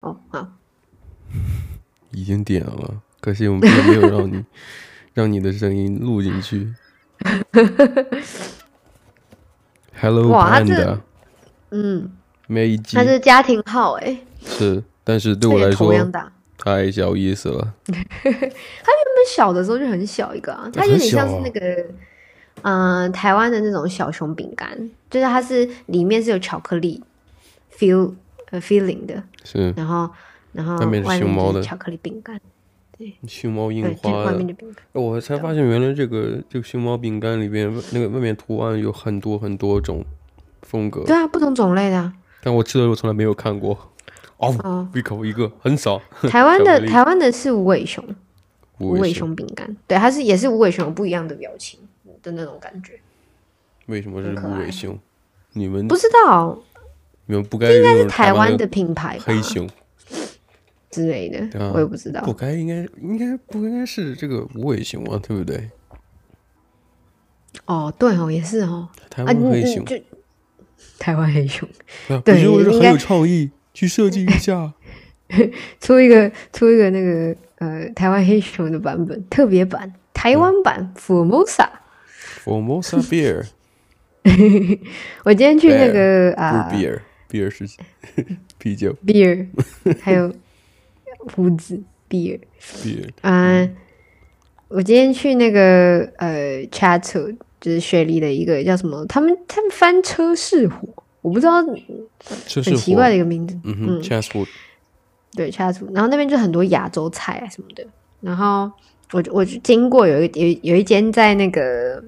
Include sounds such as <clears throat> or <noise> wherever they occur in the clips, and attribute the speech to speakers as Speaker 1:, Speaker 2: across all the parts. Speaker 1: 哦，好，
Speaker 2: 已经点了，可惜我们并没有
Speaker 1: <laughs>
Speaker 2: 让你让你的声音录进去。Hello
Speaker 1: 哇他这
Speaker 2: Panda，
Speaker 1: 嗯，
Speaker 2: 梅
Speaker 1: 它
Speaker 2: 姬
Speaker 1: 是家庭号哎、
Speaker 2: 是，但是对
Speaker 1: 那
Speaker 2: 我来
Speaker 1: 个
Speaker 2: 说
Speaker 1: 同样大。
Speaker 2: 太小意思了。
Speaker 1: 他们小的时候就很小一个啊，它有
Speaker 2: 很
Speaker 1: 点
Speaker 2: 小
Speaker 1: 像是
Speaker 2: 啊
Speaker 1: 那个，嗯、台湾的那种小熊饼干，就是它是里面是有巧克力 feel 呃 feeling 的，
Speaker 2: 是
Speaker 1: 然后然后
Speaker 2: 外面是
Speaker 1: 外面
Speaker 2: 熊猫
Speaker 1: 就是
Speaker 2: 的
Speaker 1: 巧克力饼干，
Speaker 2: 熊猫印
Speaker 1: 对，就是外
Speaker 2: 花的哦
Speaker 1: 面，的饼干。
Speaker 2: 我才发现原来这个这个熊猫饼干里边那个外面图案有很多很多种风格，
Speaker 1: 对啊，不同种类的啊、
Speaker 2: 但我吃的时候从来没有看过。哦，。
Speaker 1: 哦
Speaker 2: 一口一个，很少。
Speaker 1: 台湾
Speaker 2: <laughs> 巧克
Speaker 1: 的
Speaker 2: 力
Speaker 1: 台湾的是无尾熊，
Speaker 2: 无
Speaker 1: 无尾，熊饼干，对，它是也是无尾熊有不一样的表情的那种感觉。
Speaker 2: 为什么是
Speaker 1: 很可
Speaker 2: 无尾
Speaker 1: 爱
Speaker 2: 熊？你们
Speaker 1: 不知道
Speaker 2: 你们不该应该是
Speaker 1: 台湾
Speaker 2: 湾
Speaker 1: 的品牌吧
Speaker 2: 黑熊，
Speaker 1: 之类的，
Speaker 2: 啊
Speaker 1: 我也不知道
Speaker 2: 不。该应该应该不应该是这个无尾熊啊，对不对？
Speaker 1: 哦，对哦，也是哦，
Speaker 2: 台
Speaker 1: 啊，
Speaker 2: 湾
Speaker 1: 你
Speaker 2: 黑
Speaker 1: 你
Speaker 2: 熊，
Speaker 1: 就台湾黑熊
Speaker 2: 啊
Speaker 1: 对
Speaker 2: 不是我是
Speaker 1: 应
Speaker 2: 很
Speaker 1: 该
Speaker 2: 有创意，去设计一下。
Speaker 1: 出一个出一个那个呃台湾黑熊的版本，特别版，台湾版 Formosa。
Speaker 2: Formosa beer
Speaker 1: 我今天去那个 <laughs> 啊
Speaker 2: 不是 beer
Speaker 1: <laughs>
Speaker 2: beer 是啤酒
Speaker 1: beer，还有胡子 beer，
Speaker 2: beer
Speaker 1: 嗯，我今天去那个呃 c h a t o 就是雪梨的一个叫什么，他们他们翻车是火，我不知道
Speaker 2: 这是
Speaker 1: 很奇怪的
Speaker 2: 火
Speaker 1: 一个名字，
Speaker 2: 嗯哼 c h a s w o o d
Speaker 1: 对，恰厨，然后那边就很多亚洲菜啊什么的。然后我就我就经过有一有有一间在那个，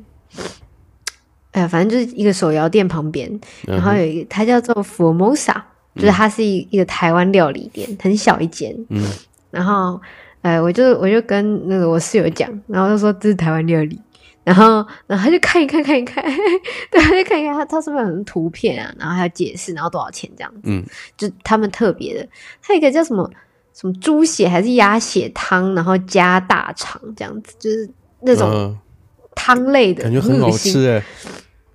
Speaker 1: 呃，反正就是一个手摇店旁边，
Speaker 2: 嗯
Speaker 1: 然后有一个它叫做 Formosa，就是它是一一个台湾料理店，很小一间。
Speaker 2: 嗯，
Speaker 1: 然后呃，我就我就跟那个我室友讲，然后就说这是台湾料理。然后，然后他就看一看，看一看， <laughs> 对，他就看一看，他他是不是有很多图片啊？然后还有解释，然后多少钱这样子，
Speaker 2: 嗯，
Speaker 1: 就他们特别的，还有一个叫什么什么猪血还是鸭血汤，然后加大肠这样子，就是那种嗯
Speaker 2: 嗯
Speaker 1: 汤类的，
Speaker 2: 感觉很好
Speaker 1: 恶心
Speaker 2: 吃哎，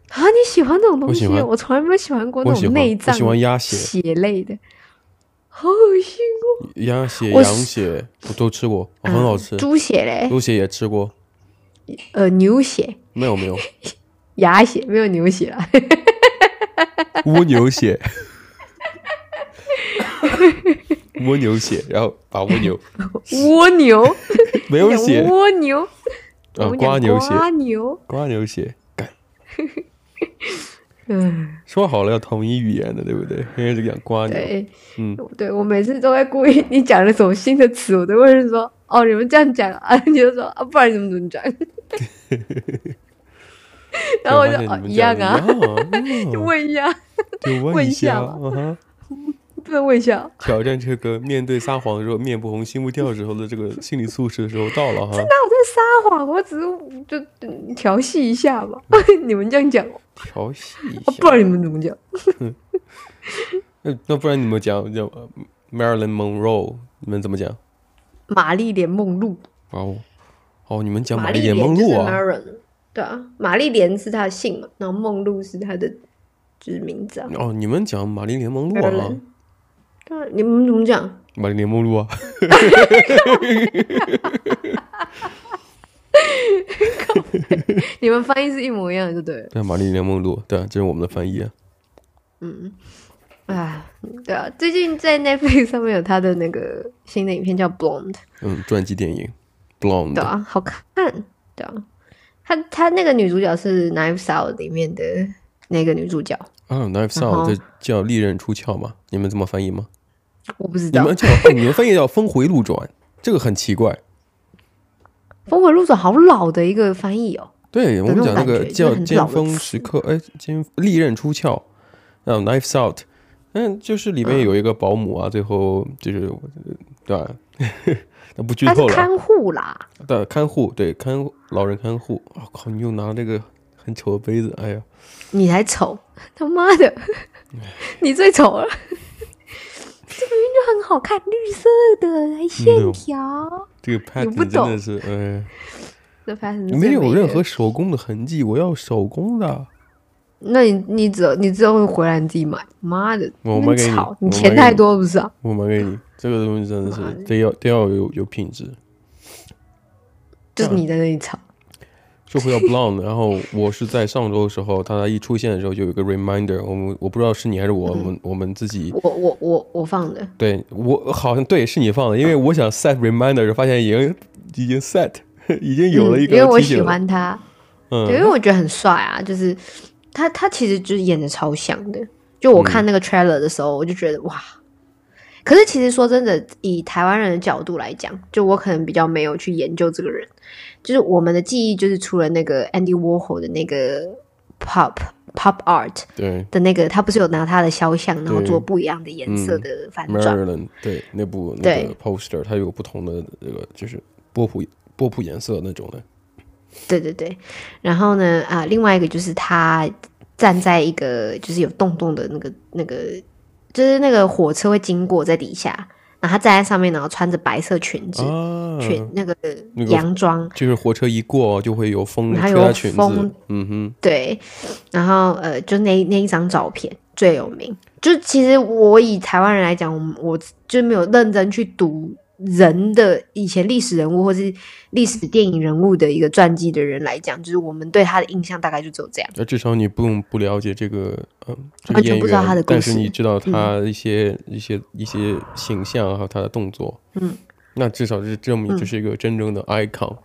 Speaker 1: 啊！你喜欢这种东
Speaker 2: 我喜
Speaker 1: 西？
Speaker 2: 欢
Speaker 1: 我从来没有喜欢过那
Speaker 2: 我喜
Speaker 1: 种
Speaker 2: 欢
Speaker 1: 内
Speaker 2: 我
Speaker 1: 脏
Speaker 2: 喜欢鸭血、
Speaker 1: 血类的，好恶心
Speaker 2: 鸭血、
Speaker 1: 我
Speaker 2: 羊血，我都吃过，很好吃
Speaker 1: 哦！。猪血嘞，
Speaker 2: 猪血也吃过，
Speaker 1: 呃，牛血、
Speaker 2: 没有没有，
Speaker 1: 鸭血没有牛血
Speaker 2: <laughs>
Speaker 1: 啦，
Speaker 2: 蜗
Speaker 1: <laughs>
Speaker 2: 牛血，蜗牛血，然后把蜗牛
Speaker 1: 蜗牛
Speaker 2: 没有血
Speaker 1: 讲 <laughs> 蜗牛，
Speaker 2: 啊，
Speaker 1: 我讲
Speaker 2: 瓜牛血，
Speaker 1: 瓜牛，
Speaker 2: 瓜牛血，干，
Speaker 1: 嗯，
Speaker 2: 说好了要统一语言的，对不对？因为这个讲瓜牛，
Speaker 1: 对，
Speaker 2: 嗯，
Speaker 1: 对我每次都会故意， <laughs> 你讲了什么新的词，我都会说哦，你们这样讲 <laughs> 啊，你就说啊，不然你们怎
Speaker 2: <laughs>
Speaker 1: 么讲？然后我
Speaker 2: 对
Speaker 1: 就
Speaker 2: 发现
Speaker 1: 哦
Speaker 2: 你们
Speaker 1: 一
Speaker 2: 这
Speaker 1: 样
Speaker 2: 样
Speaker 1: 啊， <laughs> 就
Speaker 2: 问
Speaker 1: 问一下，
Speaker 2: 哦就
Speaker 1: 问
Speaker 2: 问
Speaker 1: 一
Speaker 2: 一
Speaker 1: 下
Speaker 2: 下，
Speaker 1: 吧
Speaker 2: 啊哈，
Speaker 1: 不能问一下，
Speaker 2: 挑战这个面对撒谎的时候面不红心不跳时候的这个心理素质的时候到了哈，
Speaker 1: 那我在撒谎，我只是就嗯调戏一下嘛。 <laughs> 你们这样讲，啊，
Speaker 2: 调戏一
Speaker 1: 哦不
Speaker 2: 下，
Speaker 1: 然你们怎么讲？
Speaker 2: 那那不然你们讲叫呃 Marilyn Monroe，你们怎么讲？
Speaker 1: 玛丽莲梦露，
Speaker 2: 哦哦，你们讲玛
Speaker 1: 丽
Speaker 2: 丽莲梦
Speaker 1: 就是
Speaker 2: 露啊？
Speaker 1: Marilyn，对啊，玛丽莲是她的姓嘛，然后梦露是她的就是名字啊。
Speaker 2: 哦，你们讲玛丽莲梦露啊？
Speaker 1: Marilyn 对啊，你们怎么讲？
Speaker 2: 玛丽莲梦露啊？
Speaker 1: 你们翻译是一模一样的，就对了。
Speaker 2: 对，玛丽莲梦露，对，这是我们的翻译啊。
Speaker 1: 啊，对啊，最近在 Netflix 上面有他的那个新的影片叫《Blonde》，
Speaker 2: 嗯，传记电影《Blonde》
Speaker 1: 对啊，好看，对啊。他他那个女主角是《Knives Out》里面的那个女主角，
Speaker 2: 啊，《Knives
Speaker 1: 然后
Speaker 2: Out》这叫利刃出鞘嘛？你们这么翻译吗？
Speaker 1: 我不知
Speaker 2: 你
Speaker 1: 道《
Speaker 2: 们叫、哎你们翻译叫峰回路转，这个很奇怪。
Speaker 1: 峰回路转》好老的一个翻译哦。
Speaker 2: 对我
Speaker 1: 那
Speaker 2: 们
Speaker 1: 种
Speaker 2: 讲那
Speaker 1: 感觉
Speaker 2: 个
Speaker 1: 就
Speaker 2: 叫
Speaker 1: 很
Speaker 2: 尖
Speaker 1: 老的
Speaker 2: 峰
Speaker 1: 词
Speaker 2: 时刻，哎，尖利刃出鞘，啊，《Knives Out》，嗯，就是里面有一个保姆啊，最后就是对吧？ <laughs> 那不剧
Speaker 1: 她是
Speaker 2: 透了啊。
Speaker 1: 看护啦，
Speaker 2: 的看护，对看护老人看护。我、靠，你又拿这个很丑的杯子，哎呀，
Speaker 1: 你才丑，他妈的，
Speaker 2: <laughs>
Speaker 1: 你最丑了。这明明就很好看，绿色的，还线条，
Speaker 2: 这个 pattern
Speaker 1: 不
Speaker 2: 真的
Speaker 1: 懂
Speaker 2: 是，哎呀，
Speaker 1: 这发生
Speaker 2: 没有任何手工的痕迹，我要手工的。
Speaker 1: 那你你只你之后会回来你自己买，妈的，
Speaker 2: 我
Speaker 1: 那
Speaker 2: 买给你
Speaker 1: 吵，
Speaker 2: 我
Speaker 1: 你
Speaker 2: 买
Speaker 1: 钱
Speaker 2: 给
Speaker 1: 太
Speaker 2: 你
Speaker 1: 多不是啊？
Speaker 2: 我买给你，这个东西真的是得要得要有有品质。
Speaker 1: 就是
Speaker 2: 对啊
Speaker 1: 你在那里吵，
Speaker 2: 说回到 Blonde，然后我是在上周的时候，它一出现的时候就有一个 reminder，我们我不知道是你还是
Speaker 1: 嗯
Speaker 2: 我，我们我们自己
Speaker 1: 我我我我放的，
Speaker 2: 对我好像对是你放的，因为我想 set reminder，发现已经已经 set <laughs> 已经有了一
Speaker 1: 嗯因为
Speaker 2: 个
Speaker 1: 我
Speaker 2: 提醒
Speaker 1: 喜
Speaker 2: 了，
Speaker 1: 欢他，
Speaker 2: 嗯，
Speaker 1: 对，因为我觉得很帅啊，就是他他其实就是演的超像的。就
Speaker 2: 嗯
Speaker 1: 我看那个 trailer 的时候，我就觉得哇。可是其实说真的，以台湾人的角度来讲，就我可能比较没有去研究这个人，就是我们的记忆就是除了那个 Andy Warhol 的那个 pop pop art
Speaker 2: 对
Speaker 1: 的那个，他不是有拿他的肖像，然后
Speaker 2: 对
Speaker 1: 做不一样的颜色
Speaker 2: 嗯
Speaker 1: 的反转，
Speaker 2: Maryland 对那部那
Speaker 1: 对
Speaker 2: 个 poster，它有不同的那个就是波普波普颜色那种的，
Speaker 1: 对对对，然后呢，啊、另外一个就是他站在一个就是有洞洞的那个那个，就是那个火车会经过在底下，然后他站在上面，然后穿着白色裙子、
Speaker 2: 啊，
Speaker 1: 裙那个
Speaker 2: 那个
Speaker 1: 洋装，
Speaker 2: 就是火车一过就会有风
Speaker 1: 还
Speaker 2: 吹
Speaker 1: 有
Speaker 2: 她裙
Speaker 1: 风
Speaker 2: 子，嗯哼，
Speaker 1: 对，然后呃，就那那一张照片最有名。就其实我以台湾人来讲，我们我就没有认真去读人的以前历史人物或是历史电影人物的一个传记的人来讲，就是我们对他的印象大概就只有这样。
Speaker 2: 那至少你不用不了解这个嗯这个
Speaker 1: 完全
Speaker 2: 演
Speaker 1: 啊不知道
Speaker 2: 员
Speaker 1: 她的故
Speaker 2: 但是
Speaker 1: 事嗯
Speaker 2: 你知道他一些、一些一些形象还有他的动作，
Speaker 1: 嗯，
Speaker 2: 那至少是证明这是一个真正的 icon，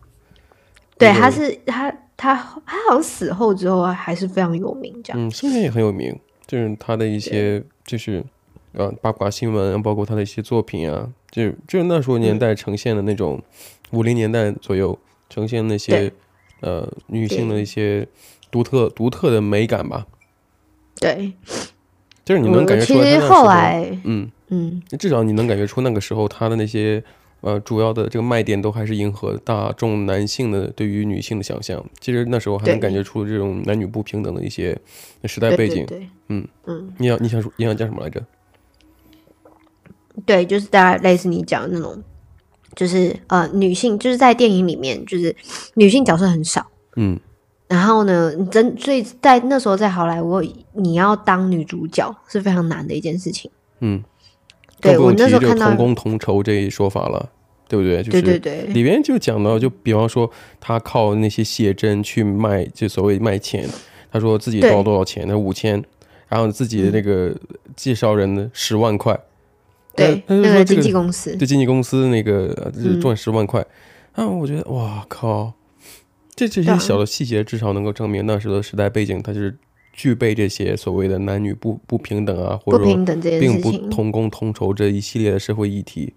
Speaker 1: 对，
Speaker 2: 那个
Speaker 1: 他是他他他好像死后之后还是非常有名，这样。
Speaker 2: 嗯，现在也很有名，就是他的一些就是呃八卦新闻，包括他的一些作品啊，就就是那时候年代呈现的那种五零年代左右呈现那些
Speaker 1: 对
Speaker 2: 呃女性的一些独特独特的美感吧，
Speaker 1: 对，
Speaker 2: 就是你
Speaker 1: 我
Speaker 2: 能感觉
Speaker 1: 嗯
Speaker 2: 出
Speaker 1: 其
Speaker 2: 来她那
Speaker 1: 实
Speaker 2: 时候。
Speaker 1: 后来，
Speaker 2: 嗯，
Speaker 1: 嗯，
Speaker 2: 至少你能感觉出那个时候他的那些呃主要的这个卖点都还是迎合大众男性的对于女性的想象。其实那时候还能
Speaker 1: 对
Speaker 2: 感觉出这种男女不平等的一些时代
Speaker 1: 对
Speaker 2: 背
Speaker 1: 对
Speaker 2: 景。
Speaker 1: 对，
Speaker 2: 嗯
Speaker 1: 嗯，
Speaker 2: 你想你想说你想讲什么来着？
Speaker 1: 对，就是大家类似你讲的那种，就是呃，女性就是在电影里面，就是女性角色很少。
Speaker 2: 嗯，
Speaker 1: 然后呢，你真所以在那时候在好莱坞，你要当女主角是非常难的一件事情。
Speaker 2: 嗯，
Speaker 1: 对
Speaker 2: 更不
Speaker 1: 我
Speaker 2: 用
Speaker 1: 那
Speaker 2: 提
Speaker 1: 时候
Speaker 2: 这个
Speaker 1: 看到
Speaker 2: 同，工同酬这一说法了，对不对？就
Speaker 1: 对对
Speaker 2: 是
Speaker 1: 对，
Speaker 2: 里边就讲到，就比方说他靠那些写真去卖，就所谓卖钱，他说自己多少
Speaker 1: 对嗯
Speaker 2: 多少钱，他五千，然后自己的那个介绍人呢十万块，
Speaker 1: 对
Speaker 2: 呃他就
Speaker 1: 那
Speaker 2: 说
Speaker 1: 个
Speaker 2: 这
Speaker 1: 经
Speaker 2: 个
Speaker 1: 纪公司，
Speaker 2: 对经纪公司那个呃就是赚十万块，
Speaker 1: 嗯
Speaker 2: 啊，我觉得哇靠，这这
Speaker 1: 对
Speaker 2: 些
Speaker 1: 啊
Speaker 2: 小的细节至少能够证明那时候的时代背景，它就是具备这些所谓的男女不不平等啊，或
Speaker 1: 不
Speaker 2: 者说
Speaker 1: 平等这件
Speaker 2: 并
Speaker 1: 事
Speaker 2: 不
Speaker 1: 情，
Speaker 2: 同工同酬这一系列的社会议题。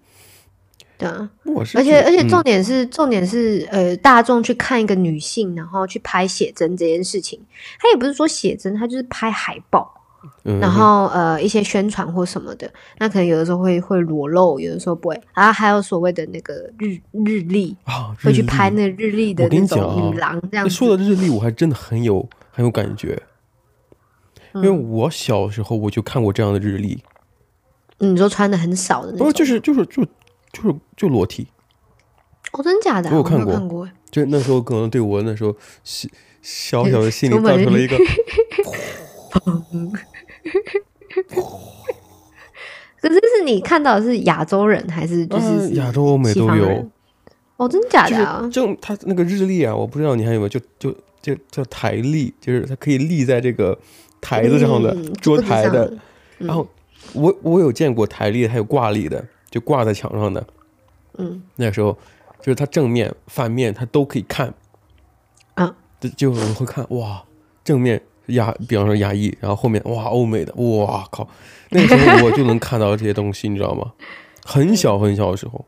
Speaker 1: 对啊。
Speaker 2: 我是
Speaker 1: 而且
Speaker 2: 觉得
Speaker 1: 而且
Speaker 2: 嗯
Speaker 1: 重点是、重点是呃，大众去看一个女性，然后去拍写真这件事情，他也不是说写真，他就是拍海报，
Speaker 2: 嗯
Speaker 1: 然后呃一些宣传或什么的，那可能有的时候会会裸露，有的时候不会，然后还有所谓的那个日日历，
Speaker 2: 啊，
Speaker 1: 会
Speaker 2: 日
Speaker 1: 去
Speaker 2: 历
Speaker 1: 拍那日历的
Speaker 2: 我跟
Speaker 1: 那
Speaker 2: 你讲啊
Speaker 1: 种女郎这样
Speaker 2: 那
Speaker 1: 子。
Speaker 2: 说的日历，我还真的很有很有感觉，因为我小时候我就看过这样的日历，
Speaker 1: 嗯你说穿的很少的那
Speaker 2: 不
Speaker 1: 种，
Speaker 2: 是就是就是就就是就裸体，
Speaker 1: 哦，真假的啊、
Speaker 2: 我有
Speaker 1: 没
Speaker 2: 看过
Speaker 1: 看过，
Speaker 2: 就那时候可能对我那时候小小小的心里
Speaker 1: 充
Speaker 2: 造
Speaker 1: 满了
Speaker 2: 成了一个
Speaker 1: 可是是你看到的是亚洲人还是 <laughs> 就是、
Speaker 2: 啊亚洲欧美
Speaker 1: 西
Speaker 2: 都
Speaker 1: 方
Speaker 2: 有
Speaker 1: 人哦，真假
Speaker 2: 就
Speaker 1: 的啊
Speaker 2: 是？正它那个日历啊，我不知道你还有没有，就就就叫台历，就是它可以立在这个台子上的、
Speaker 1: 嗯桌
Speaker 2: 桌
Speaker 1: 子
Speaker 2: 台
Speaker 1: 上
Speaker 2: 的
Speaker 1: 的。
Speaker 2: 然后我我有见过台历，还有挂历的，就挂在墙上的。
Speaker 1: 嗯，
Speaker 2: 那时候就是它正面、反面它都可以看。
Speaker 1: 啊，
Speaker 2: 就就我会看哇，正面亚，比方说亚裔，然后后面哇欧美的，哇靠，那个时候我就能看到这些东西，你知道吗？
Speaker 1: 嗯
Speaker 2: 很小很小的时候。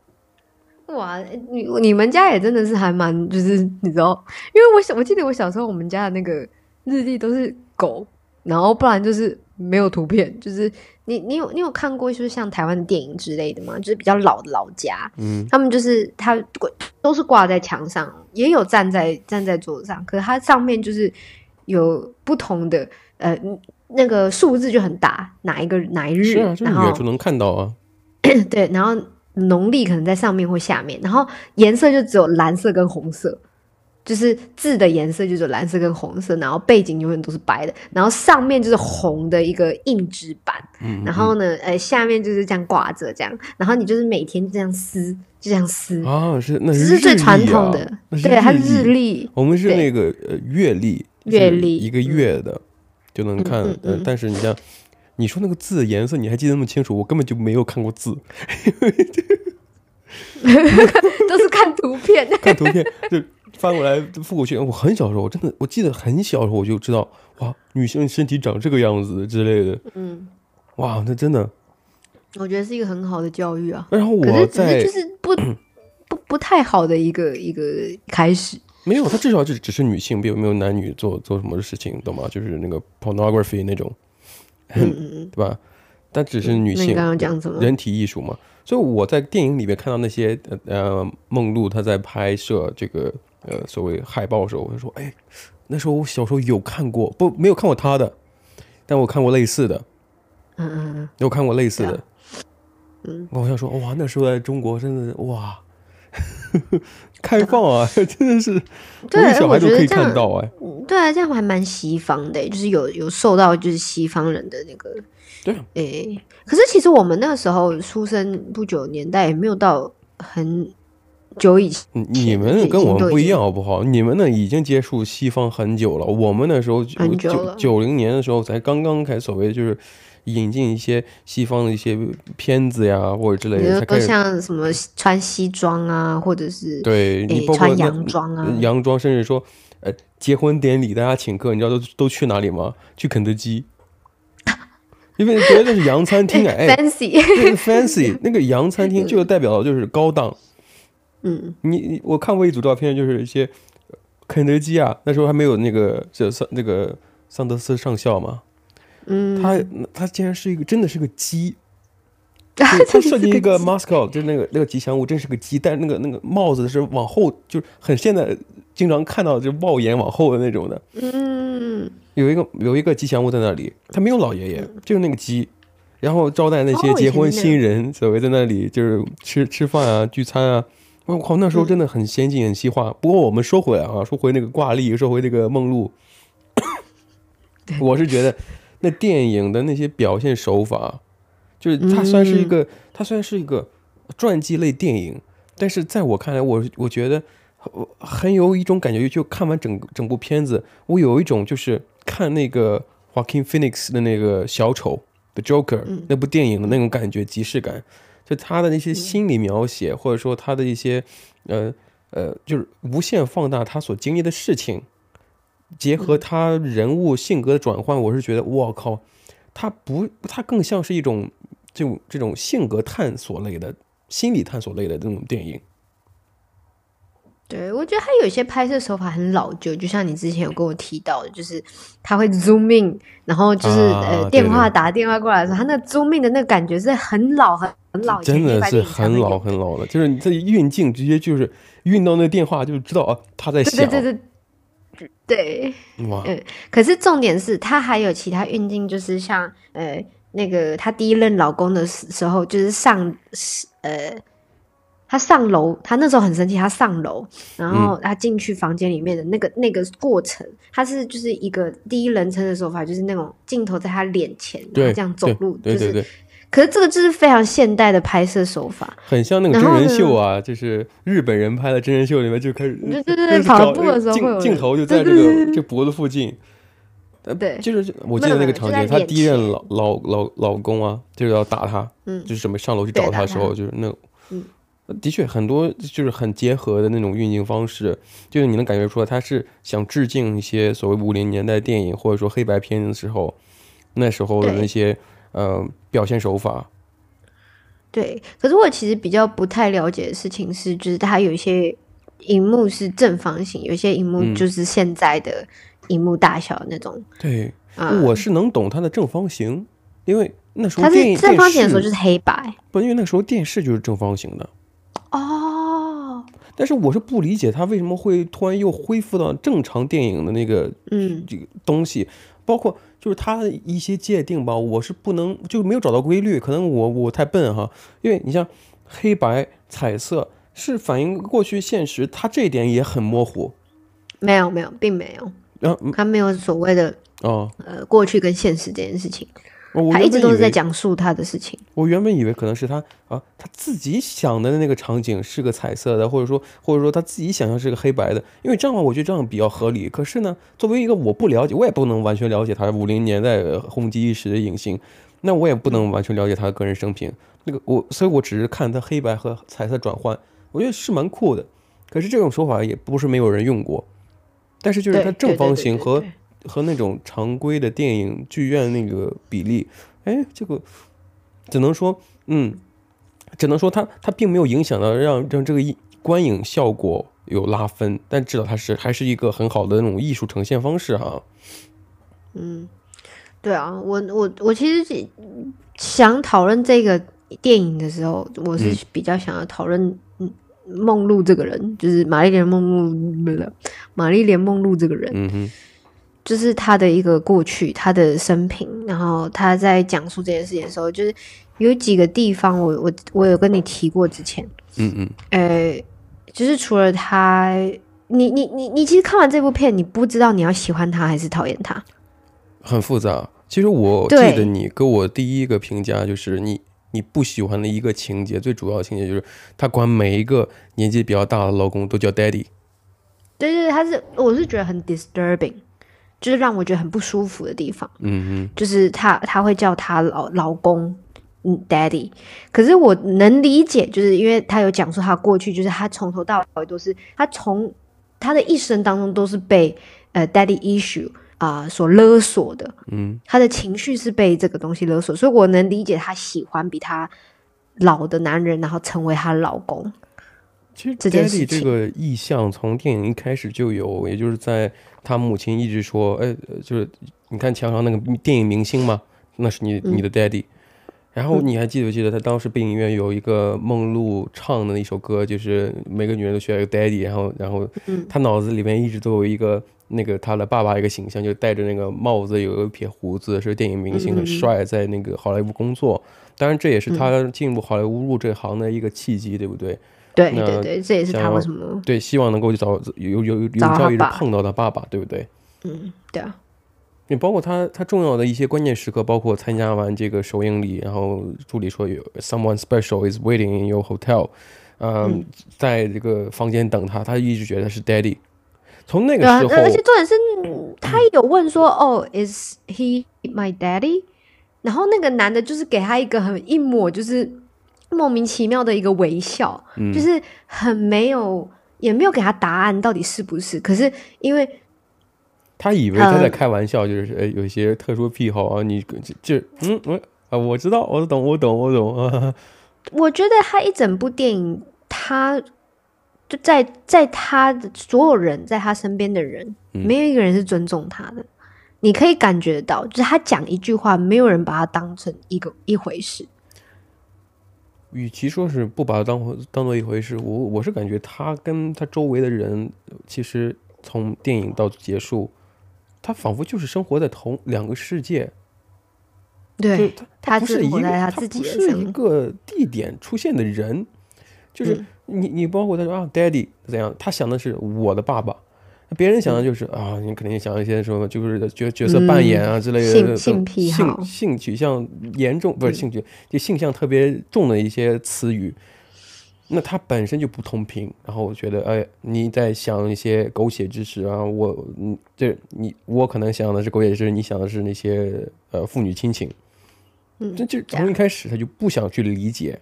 Speaker 1: 哇，你你们家也真的是还蛮，就是你知道，因为我小我记得我小时候我们家的那个日历都是狗，然后不然就是没有图片，就是你你有你有看过就是像台湾的电影之类的吗？就是比较老的老家，
Speaker 2: 嗯，
Speaker 1: 他们就是他挂都是挂在墙上，也有站在站在桌子上，可是它上面就是有不同的呃那个数字就很大，哪一个哪一日，
Speaker 2: 是啊，就是
Speaker 1: 然
Speaker 2: 你
Speaker 1: 后
Speaker 2: 远处能看到啊。
Speaker 1: 对，然后农历可能在上面或下面，然后颜色就只有蓝色跟红色，就是字的颜色就是蓝色跟红色，然后背景永远都是白的，然后上面就是红的一个硬纸板，
Speaker 2: 嗯，
Speaker 1: 然后呢，呃，下面就是这样挂着这样，然后你就是每天这样撕，就这样撕，
Speaker 2: 啊，是那
Speaker 1: 这
Speaker 2: 是
Speaker 1: 是最
Speaker 2: 日历
Speaker 1: 传统
Speaker 2: 啊
Speaker 1: 的，
Speaker 2: 那是
Speaker 1: 对，它是
Speaker 2: 日
Speaker 1: 日历， <laughs>
Speaker 2: 我们是
Speaker 1: 对
Speaker 2: 那个呃月历，就是
Speaker 1: 月历
Speaker 2: 一个月的就能看
Speaker 1: 嗯，
Speaker 2: 呃
Speaker 1: 嗯
Speaker 2: 但是你像你说那个字的颜色，你还记得那么清楚，我根本就没有看过字， <laughs>
Speaker 1: 都是看图
Speaker 2: <laughs>
Speaker 1: 片。
Speaker 2: 看图片就翻过来复过去。我很小时候，我真的我记得很小时候我就知道，哇，女生身体长这个样子之类的，
Speaker 1: 嗯，
Speaker 2: 哇，那真的。
Speaker 1: 我觉得是一个很好的教育啊，
Speaker 2: 然后
Speaker 1: 可
Speaker 2: 我
Speaker 1: 是只
Speaker 2: 在
Speaker 1: 是就是
Speaker 2: <clears throat>
Speaker 1: 不不不太好的一个一个开始。
Speaker 2: 没有，他至少就只是女性，并没有男女做做什么事情，懂吗？就是那个 pornography 那种，
Speaker 1: 嗯嗯嗯，
Speaker 2: <laughs> 对吧？但只是女
Speaker 1: 那
Speaker 2: 性
Speaker 1: 你刚刚讲什么？
Speaker 2: 人体艺术嘛。所以我在电影里面看到那些呃呃梦露她在拍摄这个呃所谓海报的时候，我就说，哎，那时候我小时候有看过，不没有看过她的，但我看过类似的，
Speaker 1: 嗯嗯嗯，
Speaker 2: 有看过类似的
Speaker 1: 对。嗯，
Speaker 2: 我想说，哇，那时候在中国真的哇， <laughs> 开放啊， <laughs> 真的是我
Speaker 1: 对
Speaker 2: 们小孩
Speaker 1: 我
Speaker 2: 都
Speaker 1: 觉得
Speaker 2: 可以
Speaker 1: 这样
Speaker 2: 看到哎，
Speaker 1: 嗯对啊，这样还蛮西方的欸，就是有有受到就是西方人的那个
Speaker 2: 对啊
Speaker 1: 诶、可是其实我们那个时候出生不久，年代也没有到很久以前。
Speaker 2: 你嗯你
Speaker 1: 已
Speaker 2: 们
Speaker 1: 经
Speaker 2: 跟我们
Speaker 1: 都已
Speaker 2: 不一
Speaker 1: 经
Speaker 2: 样好不好？你们呢已经接触西方很久了，我们那时候九
Speaker 1: 很久
Speaker 2: 九
Speaker 1: 了
Speaker 2: 九零年的时候才刚刚开始所谓就是引进一些西方的一些片子呀或者之类
Speaker 1: 比
Speaker 2: 的，
Speaker 1: 如
Speaker 2: 才
Speaker 1: 说
Speaker 2: 开始
Speaker 1: 像什么穿西装啊，或者是
Speaker 2: 对
Speaker 1: 诶
Speaker 2: 你包括
Speaker 1: 穿
Speaker 2: 那嗯
Speaker 1: 洋装啊，
Speaker 2: 洋装，甚至说呃结婚典礼大家请客，你知道都都去哪里吗？去肯德基， <laughs> 因为觉得那是洋餐
Speaker 1: <laughs>
Speaker 2: 厅啊，哎，
Speaker 1: fancy，
Speaker 2: 那个 fancy 那个洋餐厅就代表就是高档，
Speaker 1: 嗯，
Speaker 2: 你你我看过一组照片，就是一些肯德基啊，那时候还没有那个这桑那个桑德斯上校嘛，
Speaker 1: 嗯，
Speaker 2: 他他竟然是一个真的是个鸡，
Speaker 1: <laughs>
Speaker 2: 对他设计一个 mascot，就是那个那个吉祥物，真是个鸡，但是那个那个帽子是往后，就是很现在经常看到就帽檐往后的那种的。
Speaker 1: 嗯，
Speaker 2: 有一个有一个吉祥物在那里，他没有老爷爷，就是那个鸡。然后招待那些
Speaker 1: 哦
Speaker 2: 结婚
Speaker 1: 以前那
Speaker 2: 新
Speaker 1: 样
Speaker 2: 人，所谓在那里就是吃吃饭啊、聚餐啊。我靠，那时候
Speaker 1: 嗯
Speaker 2: 真的很先进、很西化。不过我们说回来啊，说回那个挂历，说回那个梦露，我是觉得那电影的那些表现手法，就是它虽然是一个，它虽然是一个传记类电影，但是在我看来，我我觉得呃很有一种感觉，就看完整整部片子，我有一种就是看那个 Joaquin Phoenix 的那个小丑 The Joker、那部电影的那种感觉，即视感，就他的那些心理描写，或者说他的一些呃呃，就是无限放大他所经历的事情，结
Speaker 1: 嗯
Speaker 2: 合他人物性格的转换，我是觉得我靠，他不，他更像是一种这种这种性格探索类的。心理探索类的这种电影，
Speaker 1: 对，我觉得他有些拍摄手法很老旧，就像你之前有跟我提到的，就是他会 zoom in，然后就是、
Speaker 2: 啊
Speaker 1: 呃
Speaker 2: 对
Speaker 1: 电话
Speaker 2: 对
Speaker 1: 打电话过来的时候，他那 zoom in 的那个感觉是很老很很老，以哦前
Speaker 2: 真的
Speaker 1: 黑白
Speaker 2: 是
Speaker 1: 电影才
Speaker 2: 很
Speaker 1: 会有
Speaker 2: 老很老了，就是你这一运镜直接就是运到那电话，就知道啊他在
Speaker 1: 对
Speaker 2: 响，
Speaker 1: 对对对对。呃
Speaker 2: 哇，
Speaker 1: 可是重点是，她还有其他运镜，就是像呃那个她第一任老公的时时候，就是上呃她上楼，她那时候很生气，她上楼，然
Speaker 2: 嗯
Speaker 1: 后她进去房间里面的那个那个过程，她是就是一个第一人称的手法，就是那种镜头在她脸前，然后
Speaker 2: 对，
Speaker 1: 这样走
Speaker 2: 对
Speaker 1: 路，
Speaker 2: 对
Speaker 1: 就
Speaker 2: 对
Speaker 1: 是。
Speaker 2: 对，
Speaker 1: 可是这个就是非常现代的拍摄手法，
Speaker 2: 很像那个
Speaker 1: 然
Speaker 2: 真
Speaker 1: 后
Speaker 2: 人
Speaker 1: 呢
Speaker 2: 秀啊，就是日本人拍的真人秀里面就开始，
Speaker 1: 对对对
Speaker 2: 就是
Speaker 1: 跑
Speaker 2: 找
Speaker 1: 步的时候会有
Speaker 2: 镜
Speaker 1: 人
Speaker 2: 镜头就在
Speaker 1: 对
Speaker 2: 这
Speaker 1: 对对
Speaker 2: 个这脖子附近，呃
Speaker 1: 对
Speaker 2: 就是我记得
Speaker 1: 没有没
Speaker 2: 那个
Speaker 1: 有
Speaker 2: 场
Speaker 1: 就
Speaker 2: 景，
Speaker 1: 在
Speaker 2: 她
Speaker 1: 脸
Speaker 2: 第一任
Speaker 1: 前
Speaker 2: 老老老老公啊，就是要打她，
Speaker 1: 嗯
Speaker 2: 就是准备上楼去
Speaker 1: 对
Speaker 2: 找
Speaker 1: 打
Speaker 2: 她的时候，
Speaker 1: 她
Speaker 2: 就是那，呃
Speaker 1: 嗯
Speaker 2: 的确很多就是很结合的那种运镜方式，就是你能感觉出来，他是想致敬一些所谓五零年代电影或者说黑白片的时候，那时候的
Speaker 1: 对
Speaker 2: 那些呃表现手法，
Speaker 1: 对，可是我其实比较不太了解的事情是，就是它有一些荧幕是正方形，有一些荧
Speaker 2: 嗯
Speaker 1: 幕就是现在的荧幕大小那种。
Speaker 2: 对，
Speaker 1: 啊、
Speaker 2: 我是能懂它的正方形，因为那时候
Speaker 1: 它
Speaker 2: 电
Speaker 1: 是
Speaker 2: 影
Speaker 1: 正方形的时候就
Speaker 2: 电视
Speaker 1: 是黑白
Speaker 2: 不，因为那时候电视就是正方形的。
Speaker 1: 哦，
Speaker 2: 但是我是不理解它为什么会突然又恢复到正常电影的那个
Speaker 1: 嗯，
Speaker 2: 这个东西，包括就是它的一些界定吧，我是不能就没有找到规律，可能我我太笨哈，因为你像黑白彩色是反映过去现实，它这一点也很模糊，
Speaker 1: 没有没有，并没有，
Speaker 2: 然后嗯
Speaker 1: 他没有所谓的
Speaker 2: 哦，
Speaker 1: 呃过去跟现实这件事情，
Speaker 2: 我我
Speaker 1: 他一
Speaker 2: 原
Speaker 1: 直
Speaker 2: 本
Speaker 1: 都
Speaker 2: 以
Speaker 1: 是在
Speaker 2: 为，
Speaker 1: 讲述他的事情。
Speaker 2: 我原本以为可能是他啊，他自己想的那个场景是个彩色的，或者说或者说他自己想象是个黑白的，因为这样的话，我觉得这样比较合理。可是呢，作为一个我不了解，我也不能完全了解他五零年代呃红极一时的影星，那我也不能完全了解他的个人生平。那个我，所以我只是看他黑白和彩色转换，我觉得是蛮酷的。可是这种手法也不是没有人用过，但是就是
Speaker 1: 对，
Speaker 2: 它
Speaker 1: 对
Speaker 2: 正
Speaker 1: 对
Speaker 2: 方
Speaker 1: 对
Speaker 2: 形
Speaker 1: 对
Speaker 2: 和
Speaker 1: 对
Speaker 2: 和那种常规的电影剧院那个比例，哎，这个只能说，嗯，只能说它它并没有影响到让让这个一观影效果有拉分，但至少它是还是一个很好的那种艺术呈现方式哈。
Speaker 1: 对啊，我我我其实想讨论这个电影的时候，我是比较想要讨论嗯梦露这个人，就是玛丽莲梦露，不是玛丽莲梦露这个人，
Speaker 2: 嗯哼，
Speaker 1: 就是他的一个过去，他的生平，然后他在讲述这件事情的时候，就是有几个地方我，我我有跟你提过之前，
Speaker 2: 嗯嗯，
Speaker 1: 呃，就是除了他，你你你你其实看完这部片，你不知道你要喜欢他还是讨厌他，
Speaker 2: 很复杂。其实我记
Speaker 1: 对
Speaker 2: 得你给我第一个评价就是你你不喜欢的一个情节，最主要的情节就是他管每一个年纪比较大的老公都叫 daddy。
Speaker 1: 对对，对他是我是觉得很 disturbing，就是让我觉得很不舒服的地方。
Speaker 2: 嗯
Speaker 1: 就是她她会叫她老老公，嗯，daddy。可是我能理解，就是因为她有讲述她过去，就是她从头到尾都是她从她的一生当中都是被呃 daddy issue 啊、所勒索的，
Speaker 2: 哼，嗯
Speaker 1: 她的情绪是被这个东西勒索，所以我能理解她喜欢比她老的男人，然后成为她老公。
Speaker 2: 其实
Speaker 1: 这件事
Speaker 2: Daddy 这
Speaker 1: 情
Speaker 2: 个意象从电影一开始就有，也就是在他母亲一直说，哎，呃就是你看墙上那个电影明星嘛，那是你
Speaker 1: 嗯
Speaker 2: 你的 Daddy。然后你还记不记得他当时背景音乐有一个梦露唱的那首歌，就是每个女人都需要一个 Daddy，然后然后
Speaker 1: 嗯
Speaker 2: 他脑子里面一直都有一个那个他的爸爸一个形象，就戴着那个帽子，有一撇胡子，是电影明星，很
Speaker 1: 嗯
Speaker 2: 帅，在那个好莱坞工作。当然这也是他进入好莱坞入这行的一个契机，对不对？
Speaker 1: 对
Speaker 2: 那
Speaker 1: 对对，这也是
Speaker 2: 想
Speaker 1: 她
Speaker 2: 要
Speaker 1: 为什么
Speaker 2: 对，希望能够早有有有有
Speaker 1: 找到
Speaker 2: 朝一日
Speaker 1: 爸
Speaker 2: 碰到他爸爸，对不对？
Speaker 1: 嗯，对啊，
Speaker 2: 你包括他他重要的一些关键时刻，包括参加完这个首映礼，然后助理说有 someone special is waiting in your hotel，、嗯，在这个房间等他，他一直觉得是 daddy。从那个
Speaker 1: 对啊，
Speaker 2: 时
Speaker 1: 那而
Speaker 2: 候嗯
Speaker 1: 且，重点是，他有问说，哦，Is he my daddy？然后那个男的就是给他一个很一抹就是莫名其妙的一个微笑，
Speaker 2: 嗯
Speaker 1: 就是很没有，也没有给他答案到底是不是。可是因为
Speaker 2: 他以为他在
Speaker 1: 呃
Speaker 2: 开玩笑，就是呃有一些特殊癖好啊，你就就嗯嗯啊，我知道，我懂，我懂，我懂啊，
Speaker 1: 我觉得他一整部电影，他就在在他的所有人在他身边的人，
Speaker 2: 嗯
Speaker 1: 没有一个人是尊重他的。你可以感觉到，就是他讲一句话，没有人把他当成一个一回事。
Speaker 2: 与其说是不把它当回当做一回事，我我是感觉他跟他周围的人，呃其实从电影到结束，他仿佛就是生活在同两个世界，就是
Speaker 1: 对，他
Speaker 2: 他不是
Speaker 1: 生
Speaker 2: 一
Speaker 1: 活
Speaker 2: 个
Speaker 1: 在
Speaker 2: 他
Speaker 1: 他自己
Speaker 2: 不
Speaker 1: 的
Speaker 2: 是一
Speaker 1: 生
Speaker 2: 个地点出现的人，就是
Speaker 1: 嗯
Speaker 2: 你你包括他说啊，daddy 怎样，他想的是我的爸爸。别人
Speaker 1: 嗯
Speaker 2: 想的就是啊，你肯定想一些什么，就是角角色扮演啊之类的，
Speaker 1: 性
Speaker 2: 等
Speaker 1: 性癖好嗯
Speaker 2: 性性取向严重不是性取，就性向特别重的一些词语，那它本身就不同频。然后我觉得，哎，你在想一些狗血知识啊，我嗯，这你我可能想的是狗血知识，你想的是那些呃父女亲情，
Speaker 1: 嗯
Speaker 2: 这就
Speaker 1: 对
Speaker 2: 从一开始他就不想去理解。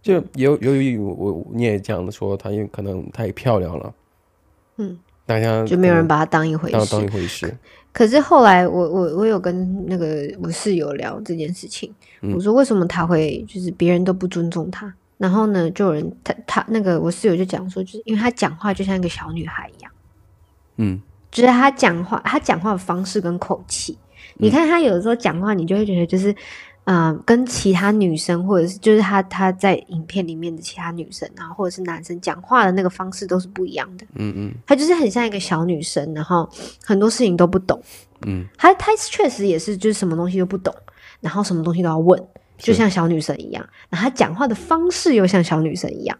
Speaker 2: 就由由于我我你也讲的说，她也可能太漂亮了，
Speaker 1: 嗯，
Speaker 2: 大家
Speaker 1: 就没有人
Speaker 2: 把
Speaker 1: 把它当一回
Speaker 2: 当当一
Speaker 1: 事。
Speaker 2: 回事。
Speaker 1: 可是后来我，我我有跟那个我室友聊这件事情，
Speaker 2: 嗯
Speaker 1: 我说为什么他会就是别人都不尊重他，然后呢，就有人他他那个我室友就讲说，就是因为他讲话就像一个小女孩一样，
Speaker 2: 嗯，
Speaker 1: 就是他讲话他讲话的方式跟口气，
Speaker 2: 嗯
Speaker 1: 你看他有的时候讲话，你就会觉得就是。嗯、跟其他女生，或者是就是他他在影片里面的其他女生啊，或者是男生讲话的那个方式都是不一样的。
Speaker 2: 嗯嗯
Speaker 1: 她就是很像一个小女生，然后很多事情都不懂。
Speaker 2: 嗯，
Speaker 1: 她她确实也是，就是什么东西都不懂，然后什么东西都要问，
Speaker 2: 是
Speaker 1: 就像小女生一样。然后她讲话的方式又像小女生一样，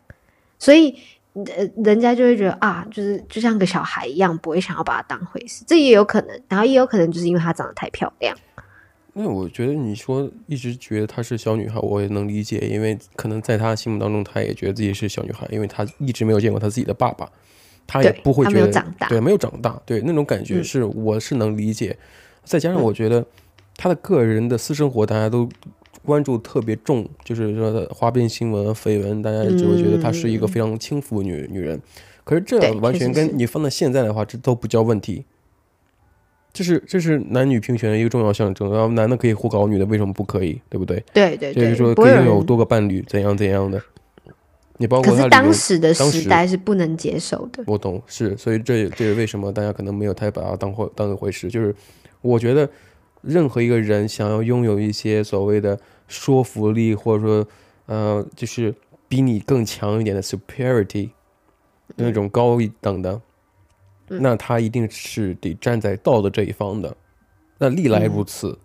Speaker 1: 所以呃，人家就会觉得啊，就是就像个小孩一样，不会想要把她当回事，这也有可能。然后也有可能就是因为她长得太漂亮，
Speaker 2: 那我觉得你说一直觉得她是小女孩，我也能理解，因为可能在她心目当中，她也觉得自己是小女孩，因为她一直没有见过她自己的爸爸，她也
Speaker 1: 对
Speaker 2: 不会
Speaker 1: 她
Speaker 2: 觉
Speaker 1: 没有
Speaker 2: 得
Speaker 1: 长大
Speaker 2: 对，没有长大，对那种感觉
Speaker 1: 嗯
Speaker 2: 是、我是能理解。再加上我觉得她的个人的私生活，大家都关注特别重，就是说她花边新闻、绯闻，大家只会觉得她是一个非常轻浮的女、女人。可是这
Speaker 1: 嗯对
Speaker 2: 样完全
Speaker 1: 确实是
Speaker 2: 跟你放在现在的话，这都不叫问题。这是这是男女平权的一个重要象征，然后男的可以胡搞女的，为什么不可以？对不对？
Speaker 1: 对对
Speaker 2: 就是
Speaker 1: 对，
Speaker 2: 说
Speaker 1: 不
Speaker 2: 可
Speaker 1: 会
Speaker 2: 以
Speaker 1: 有
Speaker 2: 拥有
Speaker 1: 人。
Speaker 2: 多个伴侣，怎样怎样的。你包括
Speaker 1: 可
Speaker 2: 他
Speaker 1: 是
Speaker 2: 里面
Speaker 1: 当，时的
Speaker 2: 当
Speaker 1: 时
Speaker 2: 时
Speaker 1: 代是不能接受的，
Speaker 2: 我懂是，所以这也这也为什么大家可能没有太把它当回当一回事。就是我觉得任何一个人想要拥有一些所谓的说服力，或者说呃，就是比你更强一点的 superiority 那种高一等的，那他一定是得站在道德这一方的。那历来如此，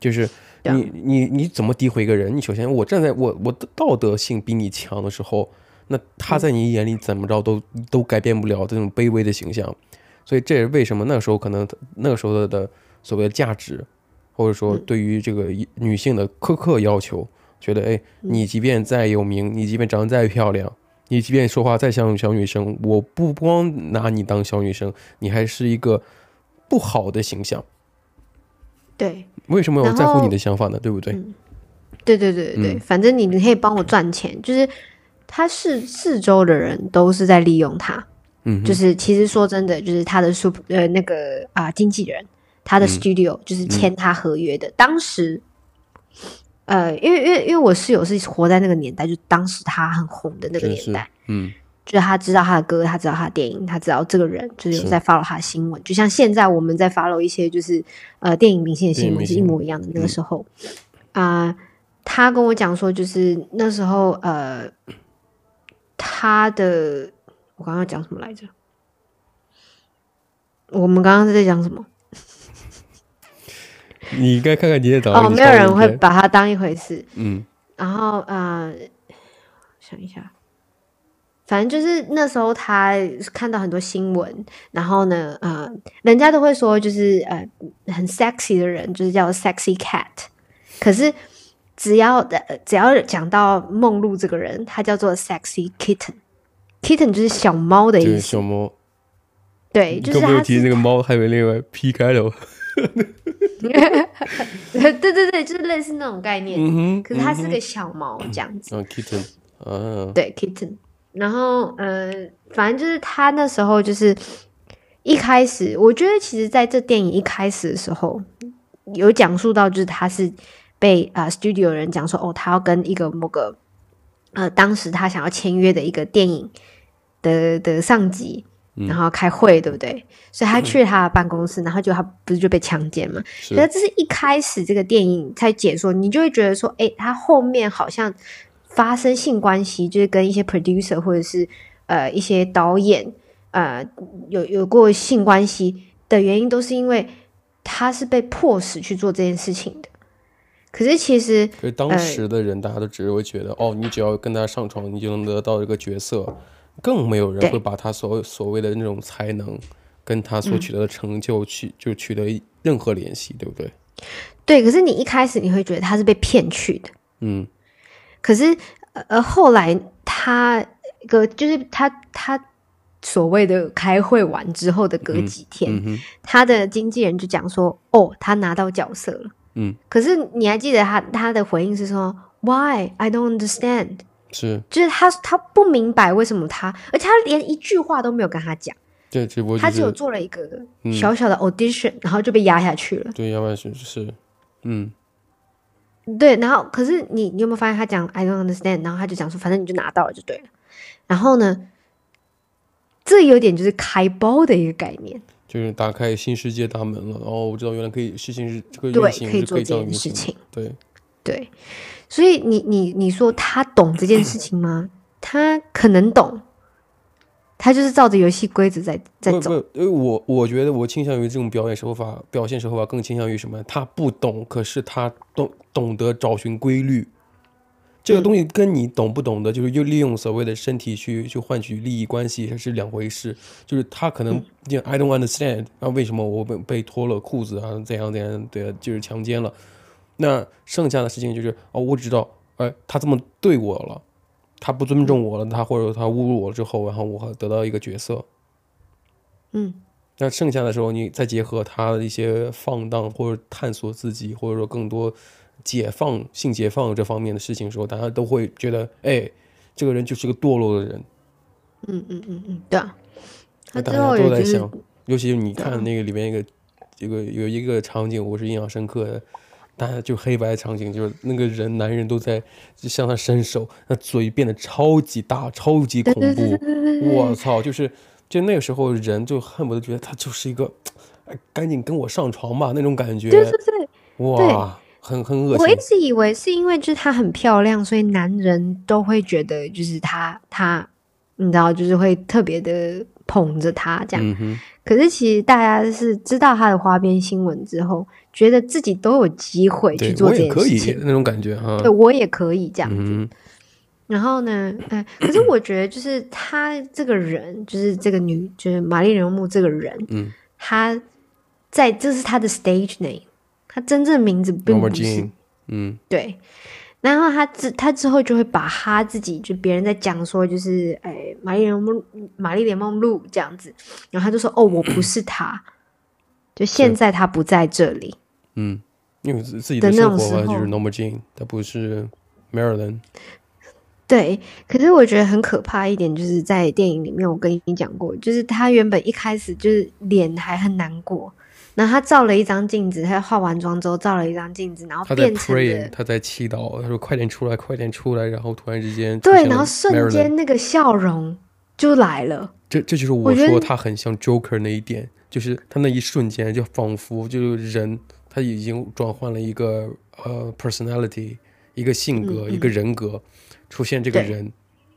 Speaker 2: 就是
Speaker 1: 对啊
Speaker 2: 你你你怎么诋毁一个人？你首先我站在我我的道德性比你强的时候，那
Speaker 1: 嗯
Speaker 2: 他在你眼里怎么着都都改变不了这种卑微的形象，所以这也是为什么那个时候可能那个时候的的所谓的价值，或者
Speaker 1: 嗯
Speaker 2: 说对于这个女性的苛刻要求，觉得哎，
Speaker 1: 嗯
Speaker 2: 你即便再有名，你即便长得再漂亮。你即便说话再像小女生，我不光拿你当小女生，你还是一个不好的形象。
Speaker 1: 对
Speaker 2: 为什么我
Speaker 1: 然
Speaker 2: 在乎
Speaker 1: 后嗯
Speaker 2: 你的想法呢？对不对？
Speaker 1: 对对对
Speaker 2: 嗯
Speaker 1: 对，对反正你你可以帮我赚钱，就是他四四周的人都是在利用他，
Speaker 2: 嗯
Speaker 1: 就
Speaker 2: 哼，
Speaker 1: 是其实说真的，就是他的 super 呃那个啊、经纪人，他
Speaker 2: 嗯
Speaker 1: 的 studio、就是签他合约的。当时，呃，因为因为因为我室友是活在那个年代，就当时他很红的那个
Speaker 2: 真
Speaker 1: 年
Speaker 2: 是
Speaker 1: 代，
Speaker 2: 嗯，
Speaker 1: 就是他知道他的歌，他知道他的电影，他知道这个人，就是有
Speaker 2: 是
Speaker 1: 在 follow 他的新闻。就像现在我们在 follow 一些就是呃电影明星的
Speaker 2: 电
Speaker 1: 新
Speaker 2: 影
Speaker 1: 闻
Speaker 2: 明
Speaker 1: 是
Speaker 2: 星
Speaker 1: 一模一样的。那个时候啊、他跟我讲说，就是那时候呃，他的我刚刚讲什么来着？我们刚刚在讲什么？
Speaker 2: 你应该看看你也找
Speaker 1: 哦，没有人会把他当一回事。
Speaker 2: 嗯
Speaker 1: 然后呃，想一下，反正就是那时候他看到很多新闻，然后呢，呃，人家都会说就是呃很 sexy 的人就是叫 sexy cat，可是只要呃只要讲到梦露这个人，他叫做 sexy kitten，kitten 就是小猫的
Speaker 2: 对
Speaker 1: 意思，
Speaker 2: 小猫，
Speaker 1: 对，就是
Speaker 2: 更不用
Speaker 1: 他
Speaker 2: 提
Speaker 1: 是
Speaker 2: 那个猫，还有另外 P 开头，
Speaker 1: <laughs> 对对对，就是类似那种概念，
Speaker 2: 嗯哼，
Speaker 1: 可是它
Speaker 2: 嗯
Speaker 1: 是
Speaker 2: 哼
Speaker 1: 个小猫这样子。
Speaker 2: 啊 kitten 啊，
Speaker 1: 对 kitten。然后呃，反正就是他那时候就是一开始，我觉得其实在这电影一开始的时候，有讲述到就是他是被啊、呃 studio 人讲说，哦，他要跟一个某个呃当时他想要签约的一个电影的的上级。然后开会，对不对？所以他去他的办公室，然后就他不是就被强奸嘛？
Speaker 2: 是
Speaker 1: 所以这是一开始这个电影在解说，你就会觉得说，哎，他后面好像发生性关系，就是跟一些 producer 或者是呃一些导演呃有有过性关系的原因，都是因为他是被迫使去做这件事情的。可是其实
Speaker 2: 可是当时的人，大家都只会觉得，哦，你只要跟他上床，你就能得到一个角色，更没有人
Speaker 1: 对
Speaker 2: 会把他所所谓的那种才能跟他所取得的成就去就取得任何联系，对不对？
Speaker 1: 对，可是你一开始你会觉得他是被骗去的，
Speaker 2: 嗯，
Speaker 1: 可是呃呃后来他个就是他他所谓的开会完之后的隔几天，
Speaker 2: 嗯哼，
Speaker 1: 他的经纪人就讲说：“哦，他拿到角色了。”
Speaker 2: 嗯，
Speaker 1: 可是你还记得他他的回应是说：“Why I don't understand。”
Speaker 2: 是，
Speaker 1: 就是他他不明白为什么他，而且他连一句话都没有跟他讲，
Speaker 2: 这直播
Speaker 1: 他
Speaker 2: 就
Speaker 1: 只有
Speaker 2: 是嗯
Speaker 1: 做了一个小小的 audition，、然后就被压下去了。
Speaker 2: 对，要不然是是，嗯，
Speaker 1: 对，然后可是你你有没有发现他讲 I don't understand，然后他就讲说反正你就拿到了就对了。然后呢，这有点就是开包的一个概念，
Speaker 2: 就是打开新世界大门了。哦，我知道原来可以事情是这个
Speaker 1: 对
Speaker 2: 运，行
Speaker 1: 可以
Speaker 2: 是
Speaker 1: 做
Speaker 2: 可以
Speaker 1: 这
Speaker 2: 这样
Speaker 1: 件
Speaker 2: 运
Speaker 1: 事
Speaker 2: 行的。
Speaker 1: 情。
Speaker 2: 对，
Speaker 1: 对，所以你你你说他懂这件事情吗？他可能懂，他就是照着游戏规则在在
Speaker 2: 不
Speaker 1: 走。
Speaker 2: 不，呃，我我觉得我倾向于这种表演手法、表现手法更倾向于什么？他不懂，可是他懂懂得找寻规律。
Speaker 1: 嗯
Speaker 2: 这个东西跟你懂不懂的，就是又利用所谓的身体去去换取利益关系，它是两回事。就是他
Speaker 1: 嗯
Speaker 2: 可能就 I don't understand 啊，为什么我被被脱了裤子啊，怎样怎样，对啊，就是强奸了。那剩下的事情就是哦，我只知道，哎，他这么对我了，他不尊
Speaker 1: 嗯
Speaker 2: 重我了，他或者他侮辱我了之后，然后我得到一个角色。
Speaker 1: 嗯，
Speaker 2: 那剩下的时候，你再结合他的一些放荡或者探索自己，或者说更多解放性解放这方面的事情的时候，大家都会觉得，哎，这个人就是个堕落的人。
Speaker 1: 嗯嗯嗯嗯，对啊。他
Speaker 2: 大
Speaker 1: 之
Speaker 2: 家
Speaker 1: 后也
Speaker 2: 都在
Speaker 1: 就是
Speaker 2: 想，尤其是你
Speaker 1: 啊
Speaker 2: 看那个里面一个，这个有一个场景我是印象深刻的，大家就黑白场景，就是那个人男人都在就向他伸手，那嘴变得超级大，超级恐
Speaker 1: 对对
Speaker 2: 怖
Speaker 1: 对对对，对
Speaker 2: 我操，就是就那个时候人就恨不得觉得他就是一个，哎，赶紧跟我上床吧那种感觉，
Speaker 1: 对对对，
Speaker 2: 哇，很很恶
Speaker 1: 我一
Speaker 2: 心，
Speaker 1: 直以为是因为就是她很漂亮，所以男人都会觉得就是她她，你知道，就是会特别的捧着她这样。
Speaker 2: 嗯哼，
Speaker 1: 可是其实大家是知道她的花边新闻之后，觉得自己都有机会去
Speaker 2: 对
Speaker 1: 做
Speaker 2: 我
Speaker 1: 这
Speaker 2: 也
Speaker 1: 件
Speaker 2: 可
Speaker 1: 事
Speaker 2: 以
Speaker 1: 情，
Speaker 2: 那种感觉哈
Speaker 1: 对，我也可以这样子。
Speaker 2: 嗯哼，
Speaker 1: 然后呢，哎，可是我觉得就是她这个人，就是这个女，就是玛丽莲梦露这个人，
Speaker 2: 嗯，
Speaker 1: 她在这是她的 stage name，她真正名字并
Speaker 2: Norma
Speaker 1: 不是
Speaker 2: Jean，嗯
Speaker 1: 对，然后他之他之后就会把他自己，就别人在讲说，就是哎，玛丽莲梦玛丽莲梦露这样子，然后他就说哦，我不是他，就现在他不在这里，
Speaker 2: 嗯，因为自自己的
Speaker 1: 的那
Speaker 2: 生
Speaker 1: 种
Speaker 2: 活
Speaker 1: 时
Speaker 2: 就是 n
Speaker 1: 候哦
Speaker 2: o m a Jean，他不是 Maryland。
Speaker 1: 对，可是我觉得很可怕一点，就是在电影里面，我跟你讲过，就是他原本一开始就是脸还很难过，然后他照了一张镜子，他化完妆之后照了一张镜子，然后
Speaker 2: 他在
Speaker 1: 变成
Speaker 2: praying，
Speaker 1: 了。
Speaker 2: 他在祈祷，他说快点出来，快点出来，然后突然之间出
Speaker 1: 对，
Speaker 2: 现
Speaker 1: 然后
Speaker 2: 了
Speaker 1: 瞬
Speaker 2: Marilyn
Speaker 1: 间那个笑容就来了。
Speaker 2: 这这就是
Speaker 1: 我
Speaker 2: 我
Speaker 1: 觉得
Speaker 2: 说他很像 Joker 那一点，就是他那一瞬间就仿佛就是人他已经转换了一个呃 personality，一个性格，一个人格，出现这
Speaker 1: 嗯
Speaker 2: 个
Speaker 1: 对嗯
Speaker 2: 人，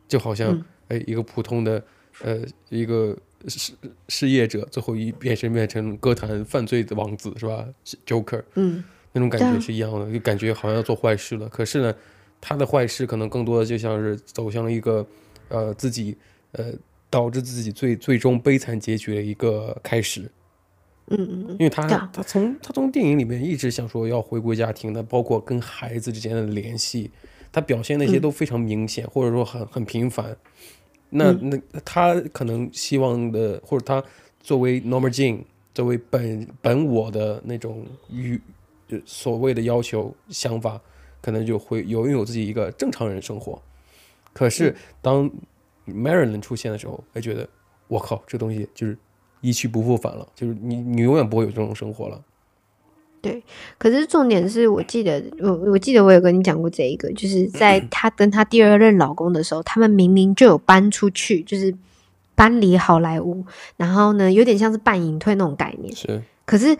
Speaker 2: 就好像哎一个普通的呃一个失失业者，最后一变身变成歌坛犯罪的王子是吧是？Joker，
Speaker 1: 嗯，
Speaker 2: 那种感
Speaker 1: 对
Speaker 2: 觉
Speaker 1: 啊
Speaker 2: 是一样的，就感觉好像要做坏事了。可是呢，他的坏事可能更多的就像是走向了一个，呃，自己呃导致自己最最终悲惨结局的一个开始。
Speaker 1: 嗯嗯嗯，
Speaker 2: 因为他
Speaker 1: 对啊
Speaker 2: 他从他从电影里面一直想说要回归家庭，他包括跟孩子之间的联系，他表现
Speaker 1: 嗯
Speaker 2: 那些都非常明显，或者说很很频繁。那
Speaker 1: 嗯
Speaker 2: 那他可能希望的，或者他作为 Norma Jean，作为本本我的那种与呃所谓的要求想法，可能就会有拥有自己一个正常人生活。可是
Speaker 1: 嗯
Speaker 2: 当 Marilyn 出现的时候，哎，觉得我靠，这东西就是一去不复返了，就是你你永远不会有这种生活了。
Speaker 1: 可是重点是我记得，我我记得我有跟你讲过这一个，就是在
Speaker 2: 嗯
Speaker 1: 她跟她第二任老公的时候，他们明明就有搬出去，就是搬离好莱坞，然后呢，有点像是半隐退那种概念。
Speaker 2: 是，
Speaker 1: 可是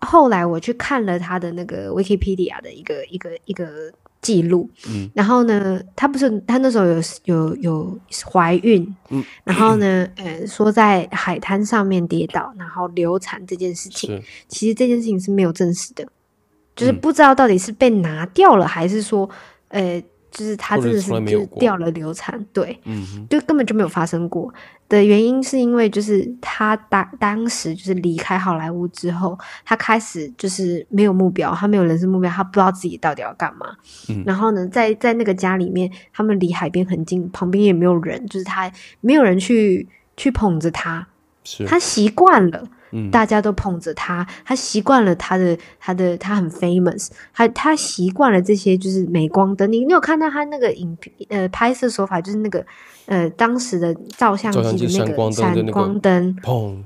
Speaker 1: 后来我去看了他的那个 Wikipedia 的一个一个一个记录，
Speaker 2: 嗯，
Speaker 1: 然后呢，她不是她那时候有有有怀孕，
Speaker 2: 嗯，
Speaker 1: 然后呢，呃，说在海滩上面跌倒，然后流产这件事情，
Speaker 2: 是，
Speaker 1: 其实这件事情是没有证实的，就是
Speaker 2: 嗯
Speaker 1: 不知道到底是被拿掉了，还是说，呃，就是他
Speaker 2: 或者
Speaker 1: 真的
Speaker 2: 从
Speaker 1: 是
Speaker 2: 来没
Speaker 1: 就
Speaker 2: 有
Speaker 1: 是
Speaker 2: 过
Speaker 1: 掉了流产，对，
Speaker 2: 嗯哼，
Speaker 1: 就根本就没有发生过的原因，是因为就是他当当时就是离开好莱坞之后，他开始就是没有目标，他没有人生目标，他不知道自己到底要干嘛。
Speaker 2: 嗯
Speaker 1: 然后呢，在在那个家里面，他们离海边很近，旁边也没有人，就是他没有人去去捧着他，
Speaker 2: 是，
Speaker 1: 他习惯了。
Speaker 2: 嗯，
Speaker 1: 大家都捧着他，他习惯了他的他的他很 famous，他他习惯了这些就是镁光灯。你你有看到他那个影片呃拍摄手法，就是那个呃当时的照相
Speaker 2: 照相
Speaker 1: 机
Speaker 2: 机
Speaker 1: 的那
Speaker 2: 闪光
Speaker 1: 个
Speaker 2: 灯的
Speaker 1: 闪
Speaker 2: 那个
Speaker 1: 光灯，
Speaker 2: 砰，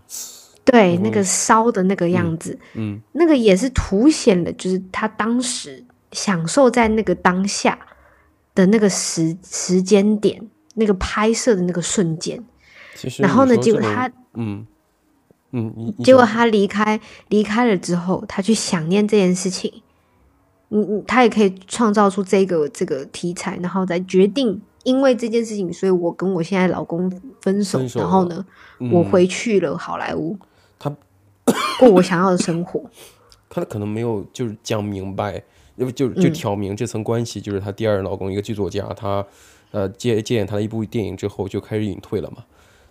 Speaker 1: 对
Speaker 2: 嗯
Speaker 1: 那个烧的那个样子，
Speaker 2: 嗯，
Speaker 1: 那个也是凸显了就是他当时享受在那个当下的那个时时间点，那个拍摄的那个瞬间。
Speaker 2: 其实
Speaker 1: 然
Speaker 2: 你
Speaker 1: 后呢，
Speaker 2: 说
Speaker 1: 结
Speaker 2: 这
Speaker 1: 果
Speaker 2: 种
Speaker 1: 他
Speaker 2: 嗯嗯，你你
Speaker 1: 结果
Speaker 2: 讲
Speaker 1: 他离开离开了之后，他去想念这件事情，你你他也可以创造出这个这个题材，然后再决定，因为这件事情，所以我跟我现在老公分手，
Speaker 2: 分手嗯
Speaker 1: 然后呢，我回去了好莱坞，
Speaker 2: 他
Speaker 1: 过我想要的生活。
Speaker 2: 他可能没有就是讲明白就就就挑明这层关系，就是她第二任老公一个剧作家，他呃接接演她的一部电影之后就开始隐退了嘛。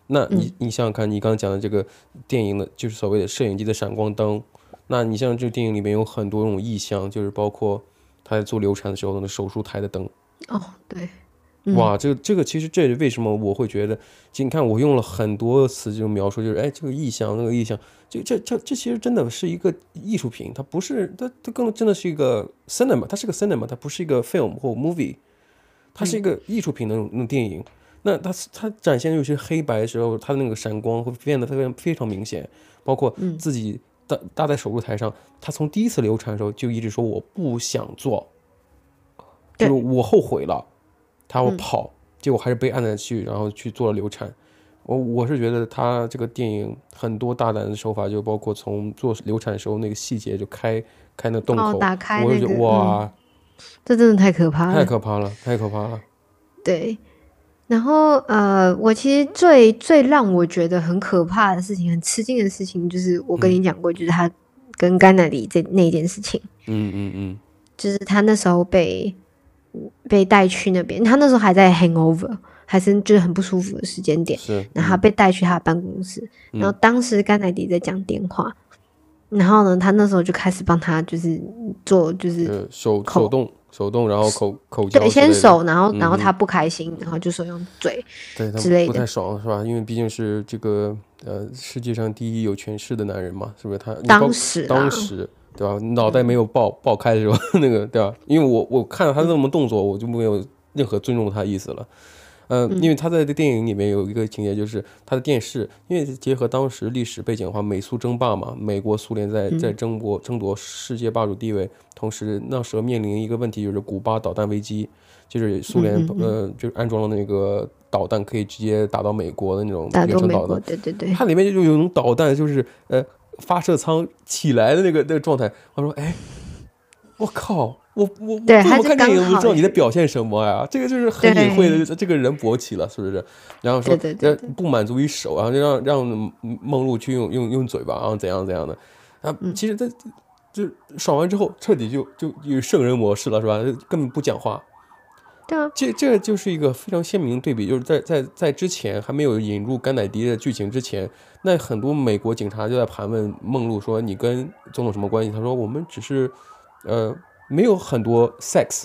Speaker 2: 那你你想想看，你刚刚讲的这个电影的，就是所谓的摄影机的闪光灯。那你像这个电影里面有很多种意象，就是包括她在做流产的时候那个手术台的灯。
Speaker 1: 哦，对，
Speaker 2: 哇，这个这个其实这也是为什么我会觉得，其实你看我用了很多词这种描述，就是哎这个意象那个意象，这这这这其实真的是一个艺术品，它不是它它更真的是一个 cinema，它是个 cinema，它不是一个 film 或 movie，
Speaker 1: 嗯
Speaker 2: 它是一个艺术品那种那种电影。那它它展现有些黑白的时候，它的那个闪光会变得非常非常明显，包括
Speaker 1: 嗯
Speaker 2: 自己搭搭在手术台上，她从第一次流产的时候就一直说我不想做，就
Speaker 1: 对嗯
Speaker 2: 是我后悔了。他要跑，结果还是被按下去，然后去做了流产。我我是觉得他这个电影很多大胆的手法，就包括从做流产的时候那个细节，就开开那洞
Speaker 1: 哦
Speaker 2: 口，
Speaker 1: 打开
Speaker 2: 我就
Speaker 1: 那
Speaker 2: 觉得
Speaker 1: 个嗯
Speaker 2: 哇，
Speaker 1: 这真的太可怕
Speaker 2: 太
Speaker 1: 了。
Speaker 2: 可怕了，太可怕了。
Speaker 1: 对，然后呃，我其实最最让我觉得很可怕的事情，很吃惊的事情，就是我跟你讲过，就是他跟甘乃迪这那件事情，
Speaker 2: 嗯嗯嗯，
Speaker 1: 就是他那时候被被带去那边，他那时候还在 hangover，还是就是很不舒服的时间点。
Speaker 2: 是，
Speaker 1: 然后他被带去他的办公室，然
Speaker 2: 嗯
Speaker 1: 后当时甘乃迪在讲电话，然后呢，他那时候就开始帮他就是做就是
Speaker 2: 呃，手
Speaker 1: 口
Speaker 2: 手动手动，然后口口交之类
Speaker 1: 对
Speaker 2: 的，
Speaker 1: 先手，然后然后
Speaker 2: 嗯
Speaker 1: 他不开心，然后就说用嘴，
Speaker 2: 对他
Speaker 1: 之类
Speaker 2: 不
Speaker 1: 的
Speaker 2: 太爽是吧？因为毕竟是这个呃世界上第一有权势的男人嘛，是不是他？你包
Speaker 1: 当时啊
Speaker 2: 当时对吧？脑袋没有爆爆开的时候， <laughs> 那个对吧？因为我我看到他这么动作，我就没有任何尊重他意思了。呃，因为他在这电影里面有一个情节，就是他的电视，因为结合当时历史背景的话，美苏争霸嘛，美国苏联在
Speaker 1: 嗯
Speaker 2: 在争夺争夺世界霸主地位，同时那时候面临一个问题，就是古巴导弹危机，就是苏联
Speaker 1: 嗯
Speaker 2: 呃就是安装了那个导弹可以直接打到美国的那种
Speaker 1: 打
Speaker 2: 远
Speaker 1: 中
Speaker 2: 程
Speaker 1: 美
Speaker 2: 导
Speaker 1: 国，
Speaker 2: 弹，
Speaker 1: 对对对，
Speaker 2: 它里面就有一种导弹，就是呃发射舱起来的那个那个状态。我说，哎，我靠，我我我
Speaker 1: 对
Speaker 2: 这
Speaker 1: 还
Speaker 2: 我
Speaker 1: 是
Speaker 2: 看电影
Speaker 1: 刚
Speaker 2: 我
Speaker 1: 好
Speaker 2: 知道你在表现什么呀？这个就是很
Speaker 1: 对
Speaker 2: 隐晦的，这个人勃起了，是不是？然后说
Speaker 1: 对对对
Speaker 2: 呃不满足于手，然后就让让梦露去用用用嘴巴，然后怎样怎样的。啊，
Speaker 1: 嗯
Speaker 2: 其实他就爽完之后，彻底就就有圣人模式了，是吧？就根本不讲话。
Speaker 1: 对啊，
Speaker 2: 这这就是一个非常鲜明的对比，就是在在在之前还没有引入甘乃迪的剧情之前，那很多美国警察就在盘问梦露说：“你跟总统什么关系？”他说：“我们只是，呃，没有很多 sex，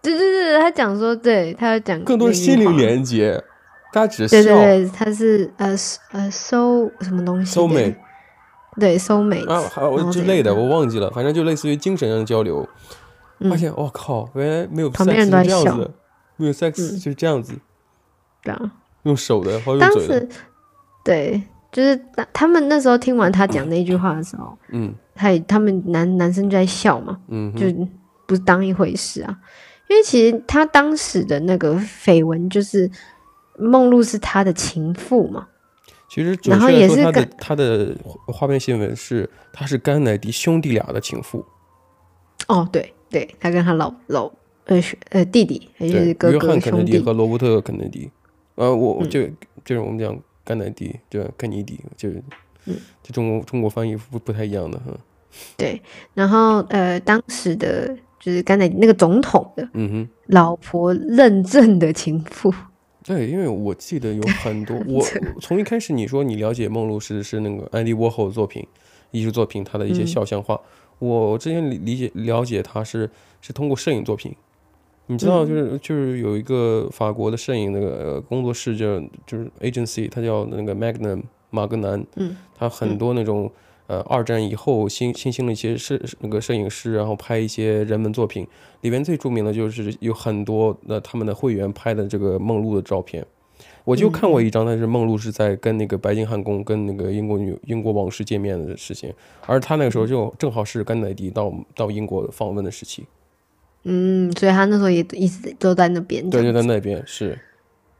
Speaker 1: 对对对，对他讲说，对他有讲
Speaker 2: 更多
Speaker 1: 那
Speaker 2: 是
Speaker 1: 句
Speaker 2: 心灵
Speaker 1: 话
Speaker 2: 连接，大家只
Speaker 1: 对
Speaker 2: 是
Speaker 1: 对
Speaker 2: 笑。
Speaker 1: 对，他是呃呃收什么东西的
Speaker 2: 收美
Speaker 1: 对收美
Speaker 2: 啊，还有
Speaker 1: 然后
Speaker 2: 之
Speaker 1: 怎
Speaker 2: 类的，
Speaker 1: 样
Speaker 2: 我忘记了，反正就类似于精神上的交流。
Speaker 1: 嗯
Speaker 2: 发现我、靠，原来没有
Speaker 1: 旁边人
Speaker 2: sex 是
Speaker 1: 都在
Speaker 2: 这样
Speaker 1: 笑嗯
Speaker 2: 子的，没有 sex 是这样子，
Speaker 1: 对啊，
Speaker 2: 用手的或者
Speaker 1: 当
Speaker 2: 用嘴的，
Speaker 1: 时对，就是当他们那时候听完他讲那句话的时候，
Speaker 2: 嗯
Speaker 1: 他也他们男男生就在笑嘛，
Speaker 2: 嗯哼，
Speaker 1: 就不当一回事啊。因为其实他当时的那个绯闻就是梦露是他的情妇嘛，
Speaker 2: 其实准
Speaker 1: 然后
Speaker 2: 确来
Speaker 1: 也
Speaker 2: 说，
Speaker 1: 是
Speaker 2: 他的
Speaker 1: 跟
Speaker 2: 他的花花边新闻是，他是甘乃迪兄弟俩的情妇，
Speaker 1: 哦对对，他跟他老老呃学呃弟弟还
Speaker 2: 对
Speaker 1: 是，哥
Speaker 2: 约
Speaker 1: 哥
Speaker 2: 翰肯
Speaker 1: 兄
Speaker 2: 尼迪
Speaker 1: 弟，嗯
Speaker 2: 和罗伯特肯尼迪。呃，我我就就是我们讲甘乃迪，就肯尼迪，就是
Speaker 1: 嗯
Speaker 2: 这中国中国翻译不不太一样的嗯哈。
Speaker 1: 对，然后呃当时的就是刚才那个总统的
Speaker 2: 嗯哼，
Speaker 1: 老婆认证的情妇， <laughs>
Speaker 2: 对，因为我记得有很多，我我从一开始你说你了解梦露是是那个安迪沃霍的作品，艺术作品，他的
Speaker 1: 嗯
Speaker 2: 一些肖像画。我之前理理解了解他是是通过摄影作品，你知道就是、
Speaker 1: 嗯
Speaker 2: 就是有一个法国的摄影那个呃工作室叫就是 agency，它叫那个 Magnum 马格南，
Speaker 1: 嗯，
Speaker 2: 它很多那种、呃二战以后新新兴的一些摄那个摄影师，然后拍一些人文作品，里面最著名的就是有很多呃他们的会员拍的这个梦露的照片。我就看过一张，但是梦露是在跟那个白金汉宫跟那个英国女英国王室见面的事情，而他那个时候就正好是甘乃迪到到英国访问的时期，
Speaker 1: 嗯，所以他那时候也一直都在那边这
Speaker 2: 对，
Speaker 1: 样
Speaker 2: 就在
Speaker 1: 子
Speaker 2: 那边是，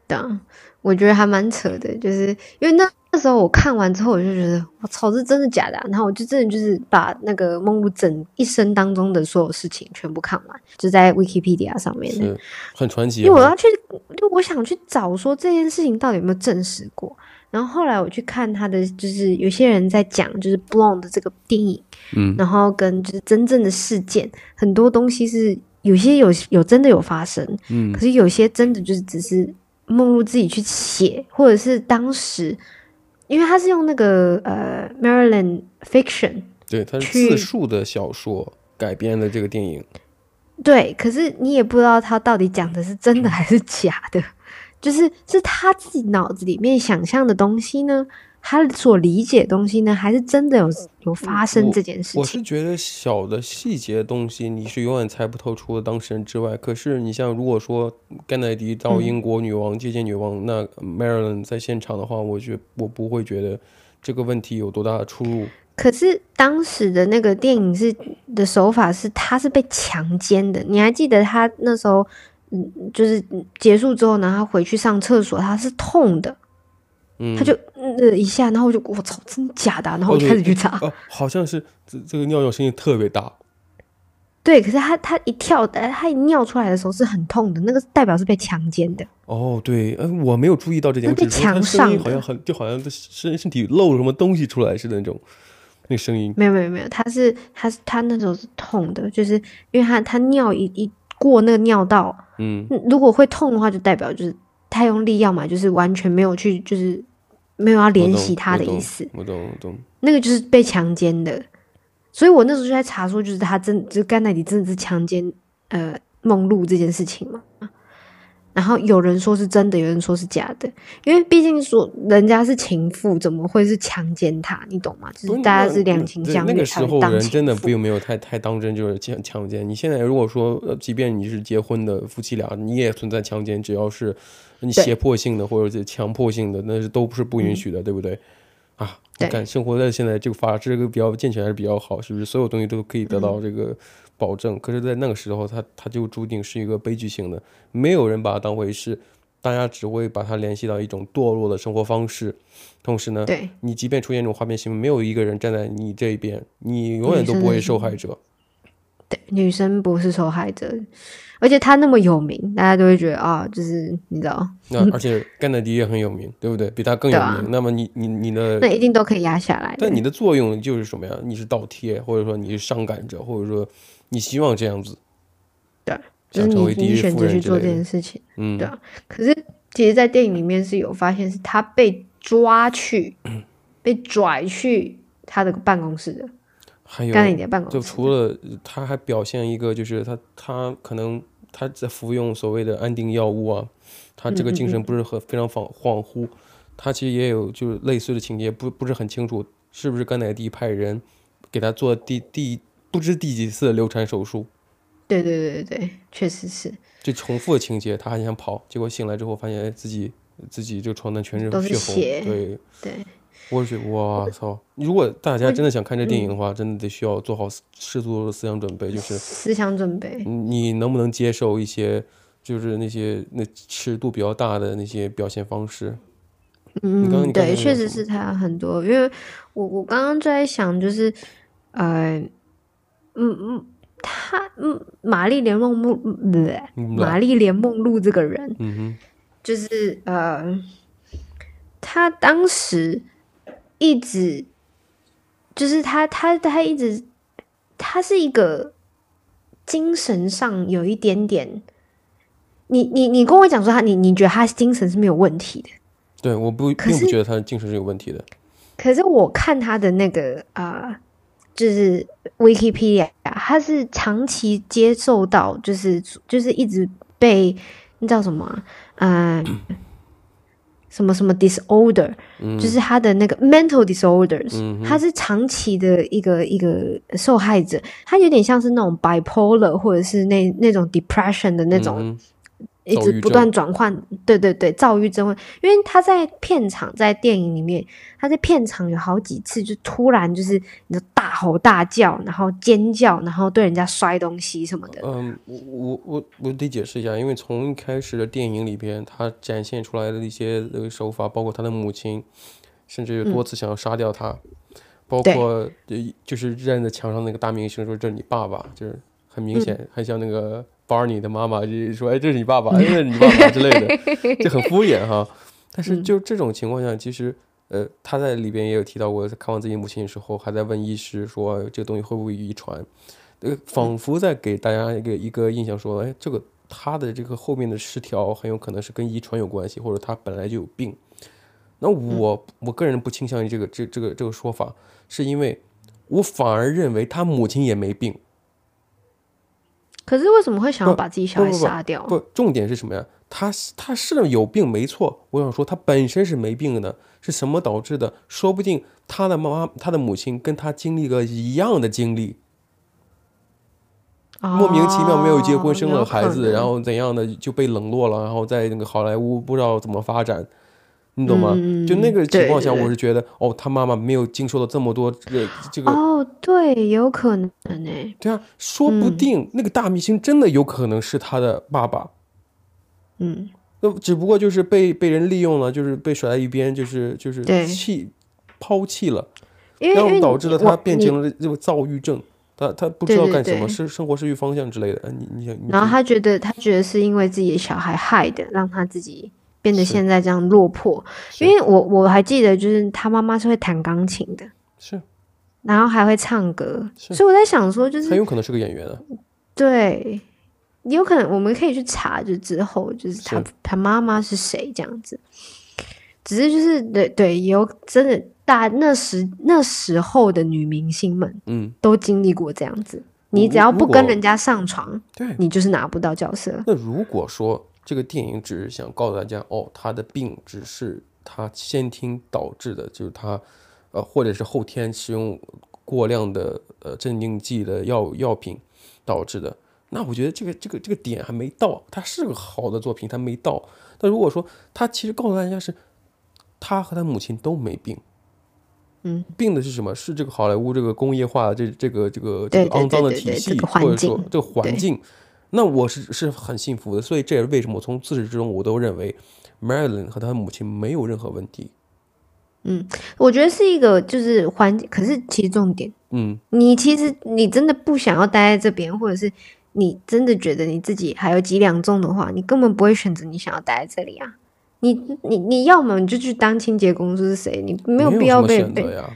Speaker 1: 对啊，我觉得还蛮扯的，就是因为那那时候我看完之后，我就觉得我操，这真的假的啊、然后我就真的就是把那个梦露整一生当中的所有事情全部看完，就在 Wikipedia 上面。
Speaker 2: 是很传奇
Speaker 1: 因为我
Speaker 2: 哈。
Speaker 1: 要去，就我想去找说这件事情到底有没有证实过。然后后来我去看他的，就是有些人在讲就是《Blonde》这个电影，
Speaker 2: 嗯
Speaker 1: 然后跟就是真正的事件，很多东西是有些有有真的有发生，
Speaker 2: 嗯
Speaker 1: 可是有些真的就是只是梦露自己去写，或者是当时，因为他是用那个呃 Maryland fiction，
Speaker 2: 对，它是
Speaker 1: 去
Speaker 2: 自述的小说改编的这个电影，
Speaker 1: 对，可是你也不知道他到底讲的是真
Speaker 2: 嗯
Speaker 1: 的还是假的，就是是他自己脑子里面想象的东西呢，他所理解的东西呢，还是真的有有发生这件事
Speaker 2: 呃嗯我
Speaker 1: 情？
Speaker 2: 是觉得小的细节东西你是永远猜不透，除了当事人之外。可是你像如果说甘乃迪到
Speaker 1: 嗯
Speaker 2: 英国女王接见女王，那 Marilyn 在现场的话，我觉我不会觉得这个问题有多大的出入。
Speaker 1: 可是当时的那个电影是的手法是，他是被强奸的。你还记得他那时候，嗯，就是结束之后呢，他回去上厕所，他是痛的，
Speaker 2: 嗯，
Speaker 1: 他就嗯呃一下，然后我就我操，真假的啊、然后我
Speaker 2: 哦
Speaker 1: 就
Speaker 2: 对
Speaker 1: 开始去查，
Speaker 2: 哦，好像是这这个尿尿声音特别大。
Speaker 1: 对，可是他他一跳，呃他一尿出来的时候是很痛的，那个代表是被强奸的。
Speaker 2: 哦，对，呃，我没有注意到这
Speaker 1: 那
Speaker 2: 点，我只
Speaker 1: 被
Speaker 2: 是说它
Speaker 1: 墙
Speaker 2: 声音
Speaker 1: 上
Speaker 2: 好
Speaker 1: 的
Speaker 2: 像很，就好像身身体露了什么东西出来似的那种，那个声音。
Speaker 1: 没有没有没有，他是他是他那时候是痛的，就是因为他他尿一一过那个尿道，
Speaker 2: 嗯
Speaker 1: 嗯如果会痛的话，就代表就是太用力，要么就是完全没有去就是没有要
Speaker 2: 我
Speaker 1: 怜
Speaker 2: 懂
Speaker 1: 惜他
Speaker 2: 我
Speaker 1: 的意
Speaker 2: 懂
Speaker 1: 思，
Speaker 2: 我懂，我懂。
Speaker 1: 那个就是被强奸的。所以我那时候就在查说，就是他真就是甘乃迪真的是强奸呃梦露这件事情嘛。然后有人说是真的，有人说是假的，因为毕竟说人家是情妇，怎么会是强奸他？你懂吗？就
Speaker 2: 不
Speaker 1: 是大家
Speaker 2: 那
Speaker 1: 是两情
Speaker 2: 对
Speaker 1: 相
Speaker 2: 那
Speaker 1: 悦
Speaker 2: 个
Speaker 1: 才
Speaker 2: 时
Speaker 1: 会
Speaker 2: 候
Speaker 1: 当
Speaker 2: 人
Speaker 1: 情
Speaker 2: 真的
Speaker 1: 妇
Speaker 2: 并没有太太当真，就是强强奸。你现在如果说，呃即便你是结婚的夫妻俩，你也存在强奸，只要是你
Speaker 1: 对嗯
Speaker 2: 胁迫性的或者是强迫性的，那是都不是不允许的，对不对？啊，我
Speaker 1: 对
Speaker 2: 看生活在现在这个法制这个比较健全还是比较好，是不是？所有东西都可以得
Speaker 1: 嗯
Speaker 2: 到这个保证。可是，在那个时候，它它就注定是一个悲剧性的，没有人把它当回事，大家只会把它联系到一种堕落的生活方式。同时呢，
Speaker 1: 对
Speaker 2: 你即便出现这种画面新闻，没有一个人站在你这一边，你永远都
Speaker 1: 嗯
Speaker 2: 不会受害者。
Speaker 1: 对，女生不是受害者，而且他那么有名，大家都会觉得啊，就是你知道，
Speaker 2: 那而且甘乃迪也很有名，对不对？比他更有
Speaker 1: 嗯对啊
Speaker 2: 名。那么你你你的
Speaker 1: 那，一定都可以压下来的。
Speaker 2: 但你的作用就是什么呀？你是倒贴，或者说你是伤感者，或者说你希望这样子，
Speaker 1: 对，就
Speaker 2: 想
Speaker 1: 是
Speaker 2: 成
Speaker 1: 你
Speaker 2: 为第
Speaker 1: 你
Speaker 2: 一
Speaker 1: 选
Speaker 2: 夫
Speaker 1: 择去
Speaker 2: 人之
Speaker 1: 做这
Speaker 2: 类的。
Speaker 1: 件事情，
Speaker 2: 嗯
Speaker 1: 对，啊。可是其实，在电影里面是有发现，是他被抓去，
Speaker 2: 嗯
Speaker 1: 被拽去他的办公室的，
Speaker 2: 还有
Speaker 1: 甘乃迪的办公
Speaker 2: 就
Speaker 1: 室。
Speaker 2: 除了他还表现一个，就是他他可能他在服用所谓的安定药物啊，他
Speaker 1: 嗯
Speaker 2: 这个精神不是很非常恍恍惚，他其实也有就是类似的情节，不不是很清楚是不是甘乃迪派人给他做第第不知第几次的流产手术，
Speaker 1: 对对对对对，确实是
Speaker 2: 这重复的情节，他还想跑，结果醒来之后发现哎自己自己这个床单全是
Speaker 1: 都是
Speaker 2: 血红，
Speaker 1: 血
Speaker 2: 对。
Speaker 1: 对。
Speaker 2: 我觉得，哇操！如果大家真的想看这
Speaker 1: 嗯
Speaker 2: 电影的话，真的得需要做好思十足的思想准备，就是
Speaker 1: 思想准备。
Speaker 2: 你能不能接受一些，就是那些那尺度比较大的那些表现方式？你刚刚
Speaker 1: 嗯，
Speaker 2: 你刚才
Speaker 1: 对，
Speaker 2: 讲
Speaker 1: 确
Speaker 2: 什
Speaker 1: 实是
Speaker 2: 么
Speaker 1: 他很多，因为我我刚刚就在想，就是，呃，嗯嗯，他嗯，玛丽莲梦露，嗯不对，
Speaker 2: 嗯
Speaker 1: 玛丽莲梦露这个人，
Speaker 2: 嗯
Speaker 1: 就是呃，他当时一直就是他他他一直他是一个精神上有一点点，你你你跟我讲说他你你觉得他精神是没有问题的，
Speaker 2: 哼，对，我不
Speaker 1: 可
Speaker 2: 并不
Speaker 1: 是
Speaker 2: 觉得他的精神是有问题的。
Speaker 1: 可是我看他的那个啊、呃就是 Wikipedia，他是长期接受到，就是就是一直被那叫什么啊、呃什么什么 disorder，、
Speaker 2: 嗯
Speaker 1: 就是他的那个 mental disorders，、
Speaker 2: 嗯
Speaker 1: 他是长期的一个一个受害者，他有点像是那种 bipolar 或者是那那种 depression 的那种
Speaker 2: 嗯
Speaker 1: 一
Speaker 2: 躁郁
Speaker 1: 直
Speaker 2: 症
Speaker 1: 不断转换，对对对，躁郁症会，因为他在片场，在电影里面，他在片场有好几次就突然就是你知道大吼大叫，然后尖叫，然后对人家摔东西什么的，
Speaker 2: 嗯，我我我我得解释一下，因为从一开始的电影里边，他展现出来的一些呃手法，包括他的母亲，甚至有多次想要杀掉他，包
Speaker 1: 嗯对
Speaker 2: 括呃就是站在墙上那个大明星说这是你爸爸，就是很明显，
Speaker 1: 嗯
Speaker 2: 还像那个
Speaker 1: <laughs>
Speaker 2: Barney 的妈妈就说哎这是你爸爸，哎这是你爸爸之类的，这很敷衍哈。但
Speaker 1: 嗯
Speaker 2: 是就这种情况下，其实呃，他在里边也有提到过，看望自己母亲的时候，还在问医师说哎这个东西会不会遗传，呃，仿佛在给大家一个一个印象说，哎，这个他的这个后面的失调很有可能是跟遗传有关系，或者他本来就有病。那我我个人不倾向于这个这这个这个说法，是因为我反而认为他母亲也没病。
Speaker 1: 可是为什么会想要把自己小孩
Speaker 2: 不不不
Speaker 1: 杀掉？
Speaker 2: 不，重点是什么呀？他他是有病没错，我想说他本身是没病的，是什么导致的？说不定他的妈妈、他的母亲跟他经历了一样的经历，莫名其妙没有结
Speaker 1: 啊哦
Speaker 2: 婚生了孩子，然
Speaker 1: 后
Speaker 2: 后怎样的就被冷落了，然后在那个好莱坞不知道怎么发展，你懂吗？
Speaker 1: 嗯
Speaker 2: 就那个情况下，我是觉得哦，他妈妈没有经受到这么多这个这个，
Speaker 1: 哦，对，有可能呢。
Speaker 2: 对啊，说不定那个大明星真的有可能是他的爸爸。
Speaker 1: 嗯，
Speaker 2: 那只不过就是被被人利用了，就是被甩在一边，就是就是
Speaker 1: 对
Speaker 2: 弃抛弃了，
Speaker 1: 因为
Speaker 2: 然
Speaker 1: 因为
Speaker 2: 后导致了
Speaker 1: 你
Speaker 2: 他
Speaker 1: 我
Speaker 2: 变
Speaker 1: 你
Speaker 2: 成了这个躁郁症，他他不知道
Speaker 1: 对对
Speaker 2: 干什么，
Speaker 1: 对
Speaker 2: 是生活失去方向之类的。呃你你你，
Speaker 1: 然后他觉得，他觉得是因为自己的小孩害的，让他自己变得现在这样落魄。
Speaker 2: 是
Speaker 1: 因为我我还记得，就是他妈妈是会弹钢琴的，
Speaker 2: 是
Speaker 1: 然后还会唱歌，
Speaker 2: 是
Speaker 1: 所以我在想说，就
Speaker 2: 很
Speaker 1: 是
Speaker 2: 有可能是个演员啊，
Speaker 1: 对，有可能我们可以去查，就之后就是他
Speaker 2: 是
Speaker 1: 他妈妈是谁这样子。只是就是对对，有真的大那时那时候的女明星们
Speaker 2: 嗯，
Speaker 1: 都经历过这样子，
Speaker 2: 如
Speaker 1: 你只要
Speaker 2: 如
Speaker 1: 不跟
Speaker 2: 果
Speaker 1: 人家上床，
Speaker 2: 对。
Speaker 1: 你就是拿不到角色。
Speaker 2: 那如果说这个电影只是想告诉大家，哦，他的病只是他先天导致的，就是他，呃，或者是后天使用过量的呃镇定剂的药药品导致的，那我觉得这个这个这个点还没到，它是个好的作品，它没到。但如果说他其实告诉大家是，他和他母亲都没病。
Speaker 1: 嗯，
Speaker 2: 病的是什么？是这个好莱坞这个工业化这这个这个这
Speaker 1: 对
Speaker 2: 个肮脏的
Speaker 1: 对对对
Speaker 2: 体
Speaker 1: 对
Speaker 2: 系，
Speaker 1: 这个环
Speaker 2: 或者说
Speaker 1: 境
Speaker 2: 这个环
Speaker 1: 对
Speaker 2: 境，那我是是很幸福的。所以这也是为什么我从自始至终我都认为 Marilyn 和她的母亲没有任何问题。
Speaker 1: 我觉得是一个就是环境，可是其实重点，
Speaker 2: 嗯，
Speaker 1: 你其实你真的不想要待在这边，或者是你真的觉得你自己还有几两重的话，你根本不会选择你想要待在这里啊。你你你要么你就去当清洁工，是谁？你没有
Speaker 2: 有
Speaker 1: 必要
Speaker 2: 什么
Speaker 1: 被
Speaker 2: 选择
Speaker 1: 被。
Speaker 2: 呀。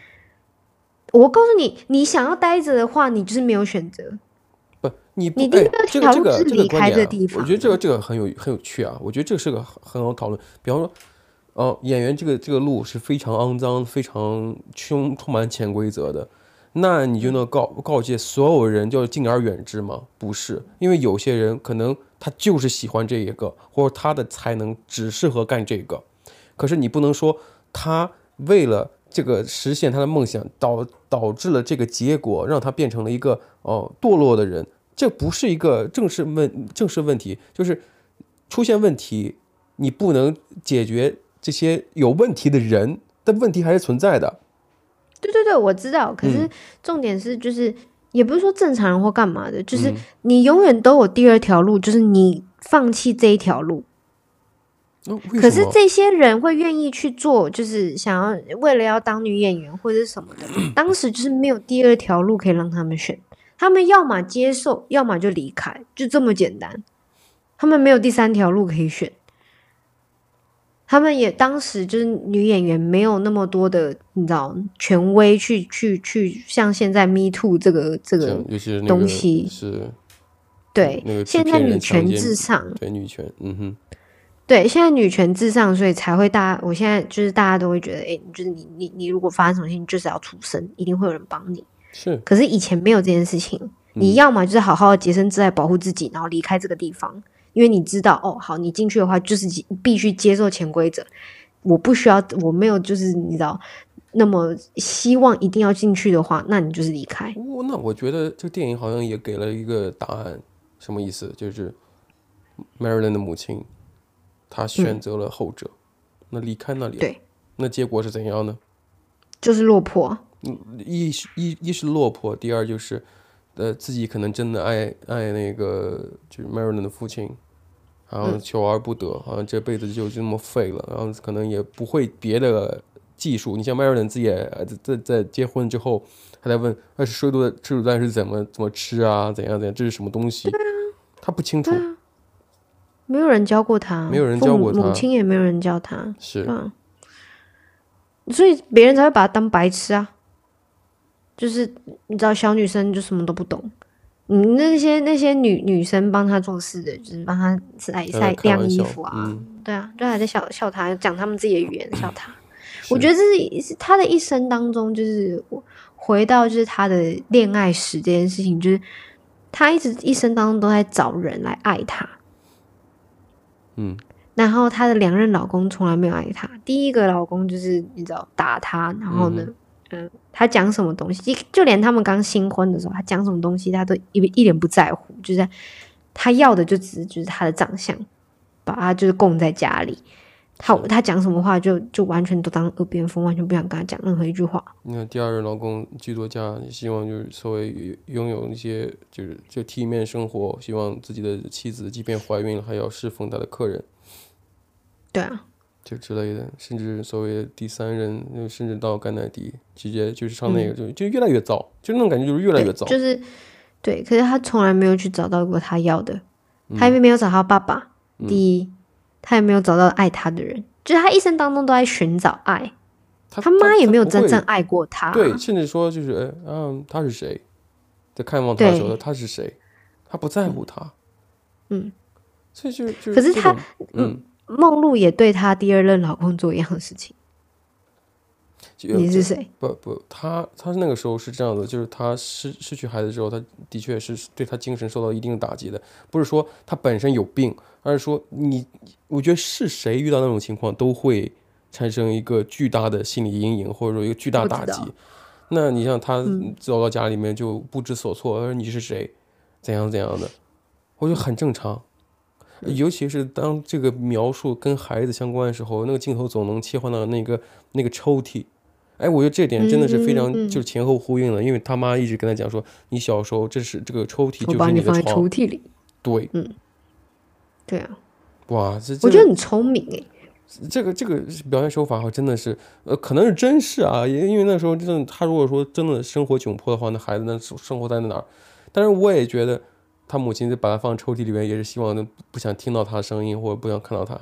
Speaker 1: 我告诉你，你想要待着的话，你就是没有选择。
Speaker 2: 不，你不
Speaker 1: 你第一
Speaker 2: 哎
Speaker 1: 个，
Speaker 2: 这个
Speaker 1: 条
Speaker 2: 这
Speaker 1: 路
Speaker 2: 个
Speaker 1: 是
Speaker 2: 这个
Speaker 1: 离
Speaker 2: 观
Speaker 1: 开
Speaker 2: 点
Speaker 1: 这
Speaker 2: 啊
Speaker 1: 地
Speaker 2: 我
Speaker 1: 方
Speaker 2: 觉得这个这个很有很有趣啊。我觉得这个是个很很好讨论。比方说，呃，演员这个这个路是非常肮脏、非常充充满潜规则的。那你就能告告诫所有人就要敬而远之吗？不是，因为有些人可能他就是喜欢这一个，或者他的才能只适合干这个。可是你不能说他为了这个实现他的梦想，导导致了这个结果，让他变成了一个哦、堕落的人。这不是一个正式问正式问题，就是出现问题，你不能解决这些有问题的人，但问题还是存在的。
Speaker 1: 对对对，我知
Speaker 2: 嗯
Speaker 1: 道。可是重点是，就是、也不是说正常人或干嘛的，
Speaker 2: 嗯
Speaker 1: 就是你永远都有第二条路，就是你放弃这一条路。
Speaker 2: 那、为
Speaker 1: 可
Speaker 2: 什
Speaker 1: 是
Speaker 2: 么？
Speaker 1: 这些人会愿意去做，就是想要为了要当女演员或者是什
Speaker 2: <clears throat>
Speaker 1: 么的，当时就是没有第二条路可以让他们选，他们要么接受，要么就离开，就这么简单。他们没有第三条路可以选。他们也当时就是女演员没有那么多的，你知道权威去去去像现在 Me Too 这个这
Speaker 2: 这
Speaker 1: 个
Speaker 2: 样尤其是那个
Speaker 1: 东西
Speaker 2: 是
Speaker 1: 对，
Speaker 2: 那个制
Speaker 1: 现在
Speaker 2: 片人
Speaker 1: 女权
Speaker 2: 强奸
Speaker 1: 至上，
Speaker 2: 对女权，嗯哼，
Speaker 1: 对，现在女权至上，所以才会大家，我现在就是大家都会觉得，哎、就是你你你如果发生什么事情，你就是要出声，一定会有人帮你。
Speaker 2: 是
Speaker 1: 可是以前没有这件事情，
Speaker 2: 嗯
Speaker 1: 你要么就是好好的洁身自爱，保护自己，然后离开这个地方，因为你知道，哦，好，你进去的话就是必须接受潜规则，我不需要，我没有就是你知道，那么希望一定要进去的话，那你就是离开。
Speaker 2: 我哦那我觉得这个电影好像也给了一个答案，什么意思？就是 Marilyn 的母亲，她选择了后者，那离开那里了，
Speaker 1: 嗯对
Speaker 2: 那结果是怎样呢？
Speaker 1: 就是落魄啊，
Speaker 2: 一是一一是落魄，第二就是，呃，自己可能真的爱爱那个就是 Marilyn 的父亲，
Speaker 1: 嗯
Speaker 2: 然后求而不得，好像这辈子就这么废了，然后可能也不会别的技术。你像 Marilyn 自己也呃在在在结婚之后，还在问，哎那是水煮的水煮
Speaker 1: 啊
Speaker 2: 蛋是怎么怎么吃啊，怎样怎样，这是什么东西？他不清楚，
Speaker 1: 没有人教过他，
Speaker 2: 没有人教过
Speaker 1: 父母母
Speaker 2: 他，
Speaker 1: 亲也没有人教他，
Speaker 2: 是
Speaker 1: 对啊，所以别人才会把他当白痴啊。就是你知道，小女生就什么都不懂。你那些那些女女生帮他做事的，就是帮他晒
Speaker 2: 呃
Speaker 1: 晒
Speaker 2: 开
Speaker 1: 晾
Speaker 2: 玩
Speaker 1: 衣
Speaker 2: 笑
Speaker 1: 服啊，
Speaker 2: 嗯
Speaker 1: 对啊，就还在笑笑他，讲他们自己的语言笑
Speaker 2: <laughs>
Speaker 1: 他。
Speaker 2: 是
Speaker 1: 我觉得这是他的一生当中，就是回到就是他的恋爱史这件事情，就是他一直一生当中都在找人来爱他。
Speaker 2: 嗯，
Speaker 1: 然后她的两任老公从来没有爱她。第一个老公就是你知道打她，然后呢，嗯，她、讲什么东西，就连他们刚新婚的时候，她讲什么东西，她都一一脸不在乎，就是她要的就只是就是她的长相，把她就是供在家里。她她讲什么话就就完全都当耳边风，完全不想跟她讲任何一句话。
Speaker 2: 你看第二任老公剧作家，希望就是所谓拥有一些就是就体面生活，希望自己的妻子即便怀孕了还要侍奉他的客人，
Speaker 1: 对啊，
Speaker 2: 就之类的，甚至所谓的第三任，就甚至到甘乃迪，直接就是上那个就就越来越糟，就那种感觉就是越来越糟，
Speaker 1: 嗯就是对，可是她从来没有去找到过她要的，
Speaker 2: 嗯
Speaker 1: 她也没有找到爸爸。第一，她也没有找到爱她的人，就是她一生当中都在寻找爱，
Speaker 2: 他
Speaker 1: 她妈也没有啊
Speaker 2: 不
Speaker 1: 真
Speaker 2: 会
Speaker 1: 正爱过她。
Speaker 2: 对，甚至说就是，哎，嗯，他是谁，在看望他的时候，
Speaker 1: 对
Speaker 2: 他是谁，他不在乎他，
Speaker 1: 嗯，
Speaker 2: 所以就就
Speaker 1: 可是
Speaker 2: 这
Speaker 1: 他
Speaker 2: 种，嗯，
Speaker 1: 梦露也对她第二任老公做一样的事情。
Speaker 2: 就
Speaker 1: 你是谁？
Speaker 2: 不不，他他是那个时候是这样的，就是他失失去孩子之后，他的确是对他精神受到一定的打击的，不是说他本身有病，而是说你，我觉得是谁遇到那种情况都会产生一个巨大的心理阴影，或者说一个巨大
Speaker 1: 我
Speaker 2: 打
Speaker 1: 知
Speaker 2: 击
Speaker 1: 道。嗯
Speaker 2: 那你像他走到家里面就不知所措，而你是谁，怎样怎样的，我觉得很正常。
Speaker 1: 嗯
Speaker 2: 尤其是当这个描述跟孩子相关的时候，那个镜头总能切换到那个那个抽屉。哎，我觉得这点真的是非常
Speaker 1: 嗯嗯嗯
Speaker 2: 就是前后呼应了，因为他妈一直跟他讲说，你小时候这是这个抽屉
Speaker 1: 我
Speaker 2: 就
Speaker 1: 把
Speaker 2: 是
Speaker 1: 你
Speaker 2: 的
Speaker 1: 放在抽
Speaker 2: 床，
Speaker 1: 屉里。
Speaker 2: 对，
Speaker 1: 对啊，
Speaker 2: 哇，这这
Speaker 1: 我觉
Speaker 2: 个
Speaker 1: 得很聪明欸诶、
Speaker 2: 这个这个表现手法哈，真的是，呃，可能是真是啊，因因为那时候真的，他如果说真的生活窘迫的话，那孩子那生生活在哪儿？但是我也觉得，他母亲就把他放抽屉里面，也是希望能不想听到他的声音，或者不想看到他。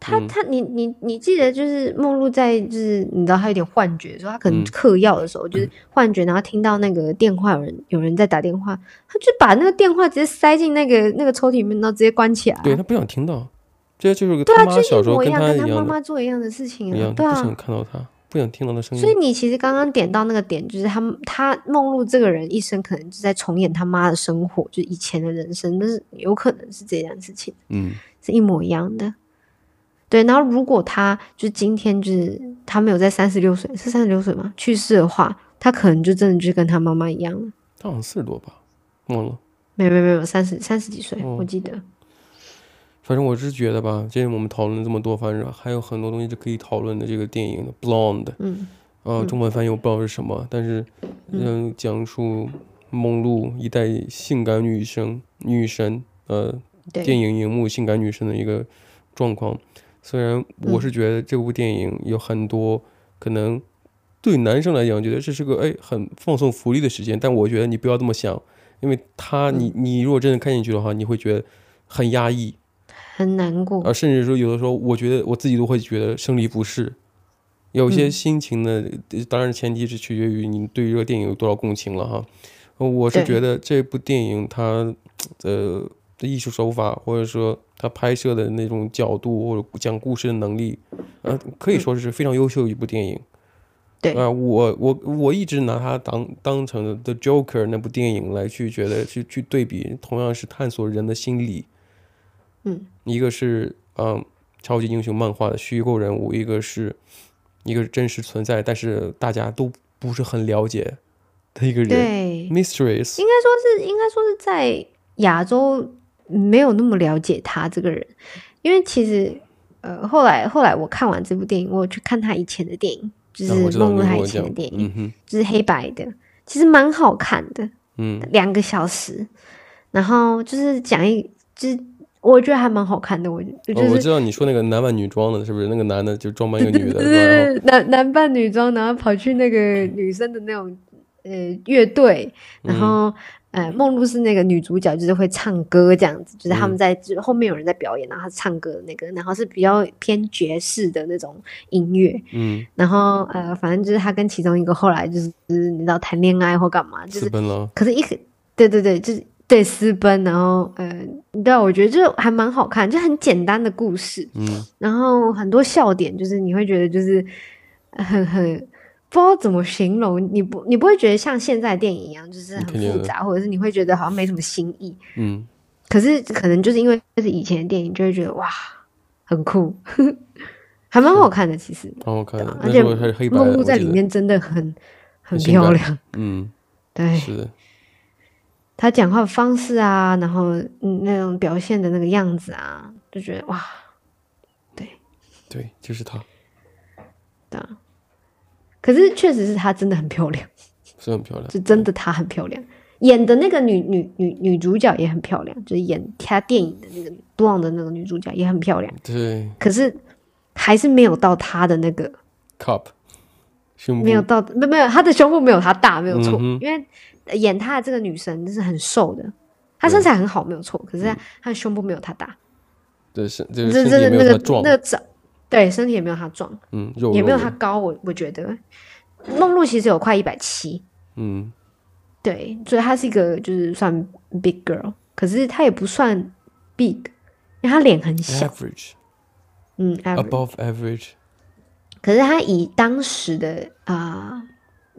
Speaker 1: 她
Speaker 2: 嗯
Speaker 1: 她你你你记得就是梦露在就是你知道她有点幻觉的时候，她
Speaker 2: 嗯
Speaker 1: 可能嗑药的时候、就是幻觉，然后听到那个电话有人有人在打电话，她就把那个电话直接塞进那个那个抽屉里面，然后直接关起来啊。
Speaker 2: 对他不想听到，这就是个
Speaker 1: 对
Speaker 2: 他
Speaker 1: 啊，
Speaker 2: 妈
Speaker 1: 就
Speaker 2: 小
Speaker 1: 一
Speaker 2: 时候
Speaker 1: 模
Speaker 2: 跟
Speaker 1: 样，
Speaker 2: 他
Speaker 1: 跟
Speaker 2: 一
Speaker 1: 他妈
Speaker 2: 样的
Speaker 1: 妈做一样的事情
Speaker 2: 一
Speaker 1: 啊
Speaker 2: 样，，
Speaker 1: 对
Speaker 2: 他不
Speaker 1: 啊
Speaker 2: 想。看到他，不想听到他声音
Speaker 1: 所以。你其实刚刚点到那个点，就是他他梦露这个人一生可能就在重演他妈的生活，就以前的人生，但是有可能是这件事情
Speaker 2: 嗯，
Speaker 1: 是一模一样的。对，然后如果他就是今天就是他没有在三十六岁，是三十六岁吗？去世的话，他可能就真的就跟他妈妈一样了。
Speaker 2: 他好像四十多吧，忘了。
Speaker 1: 没有没有没有，三十三十几岁，
Speaker 2: 哦
Speaker 1: 我记得。
Speaker 2: 反正我是觉得吧，今天我们讨论了这么多，反正还有很多东西是可以讨论的。这个电影的《Blonde》，
Speaker 1: 嗯，
Speaker 2: 呃，中文翻译我不知道是什么，但是嗯，讲述梦露一代性感女生、女神，呃，
Speaker 1: 对，
Speaker 2: 电影荧幕性感女神的一个状况。虽然我是觉得这部电影有很多可能对男生来讲，觉得这是个哎很放松福利的时间，但我觉得你不要这么想，因为他你你如果真的看进去的话，你会觉得很压抑，
Speaker 1: 很难过。
Speaker 2: 啊，甚至说有的时候，我觉得我自己都会觉得生理不适，有一些心情呢，呃当然前提是取决于你对于这个电影有多少共情了哈。呃我是
Speaker 1: 对
Speaker 2: 觉得这部电影它呃的艺术手法，或者说它拍摄的那种角度，或者讲故事的能力，呃，可以说是非常优秀的一部电影。
Speaker 1: 对
Speaker 2: 啊、我我我一直拿它当当成了《The Joker》那部电影来去觉得去去对比，同样是探索人的心理，
Speaker 1: 嗯，
Speaker 2: 一个是嗯超级英雄漫画的虚构人物，一个是一个是真实存在，但是大家都不是很了解的一个人
Speaker 1: 对，
Speaker 2: ，Mistress，
Speaker 1: 应该说是，应该说是在亚洲没有那么了解他这个人，因为其实呃，后来后来我看完这部电影，我有去看他以前的电影，就是
Speaker 2: 啊我知道
Speaker 1: 梦
Speaker 2: 你
Speaker 1: 露
Speaker 2: 跟
Speaker 1: 他以
Speaker 2: 我
Speaker 1: 前的
Speaker 2: 讲，
Speaker 1: 电影，
Speaker 2: 嗯哼，
Speaker 1: 就是黑白的，其实蛮好看的，
Speaker 2: 嗯，
Speaker 1: 两个小时，然后就是讲一，就是我觉得还蛮好看的，我我
Speaker 2: 哦，
Speaker 1: 就
Speaker 2: 我
Speaker 1: 是。
Speaker 2: 知道你说那个男扮女装的，是不是？那个男的就装扮一个女的，
Speaker 1: 对
Speaker 2: 是吧然后
Speaker 1: 对对，男男扮女装，然后跑去那个女生的那种呃呃乐队，然
Speaker 2: 嗯
Speaker 1: 后、呃梦露是那个女主角，就是会唱歌这样子，就是他们
Speaker 2: 嗯
Speaker 1: 在、就是后面有人在表演，然后她唱歌的那个，然后是比较偏爵士的那种音乐，
Speaker 2: 嗯，
Speaker 1: 然后呃反正就是她跟其中一个后来就是你知道谈恋爱或干嘛，就是
Speaker 2: 私奔了，
Speaker 1: 可是一个，对对对，就是对私奔，然后呃，对啊，我觉得就还蛮好看，就很简单的故事，
Speaker 2: 嗯
Speaker 1: 然后很多笑点，就是你会觉得就是很很不知道怎么形容，你不你不会觉得像现在的电影一样就是很
Speaker 2: 肯定
Speaker 1: 复
Speaker 2: 的
Speaker 1: 杂，或者是你会觉得好像没什么新意，
Speaker 2: 嗯，
Speaker 1: 可是可能就是因为就是以前的电影就会觉得哇很酷， <laughs> 还蛮好看的其实，
Speaker 2: 蛮好看的，
Speaker 1: 而
Speaker 2: 那
Speaker 1: 且
Speaker 2: 时候还是黑白的，
Speaker 1: 梦露
Speaker 2: 我
Speaker 1: 在
Speaker 2: 记
Speaker 1: 里
Speaker 2: 得，
Speaker 1: 面真的很很
Speaker 2: 很性
Speaker 1: 漂
Speaker 2: 感
Speaker 1: 亮，
Speaker 2: 嗯，
Speaker 1: 对。
Speaker 2: 是的，
Speaker 1: 他讲话的方式啊，然后嗯那种表现的那个样子啊，就觉得哇，
Speaker 2: 对，就是她，
Speaker 1: 对啊。可是确实是她真的很漂亮，
Speaker 2: 嗯是很漂亮，
Speaker 1: 就真的她很漂亮，演的那个女女女女主角也很漂亮，就是演她电影的那个 blonde 的那个女主角也很漂亮，
Speaker 2: 对
Speaker 1: 可是还是没有到她的那个，
Speaker 2: ，cup，胸部
Speaker 1: 没有到没没有她的胸部没有她大，没有错，
Speaker 2: 嗯哼
Speaker 1: 因为演她的这个女神就是很瘦的，她身材很好没有错，可是她她的胸部没有她大。
Speaker 2: 嗯对，身就是
Speaker 1: 这真
Speaker 2: 身体
Speaker 1: 的
Speaker 2: 也没
Speaker 1: 那
Speaker 2: 有她
Speaker 1: 个
Speaker 2: 壮
Speaker 1: 那，个长，对，身体也没有他壮，
Speaker 2: 嗯，肉
Speaker 1: 也没有
Speaker 2: 肉
Speaker 1: 他
Speaker 2: 的，
Speaker 1: 高。我我觉得梦露其实有快一百七，
Speaker 2: 嗯，
Speaker 1: 对，所以她是一个就是算 big girl，可是她也不算 big，因为她脸很
Speaker 2: 哎
Speaker 1: 小，
Speaker 2: average，above
Speaker 1: 嗯
Speaker 2: 啊
Speaker 1: average
Speaker 2: average，
Speaker 1: 可是她以当时的啊、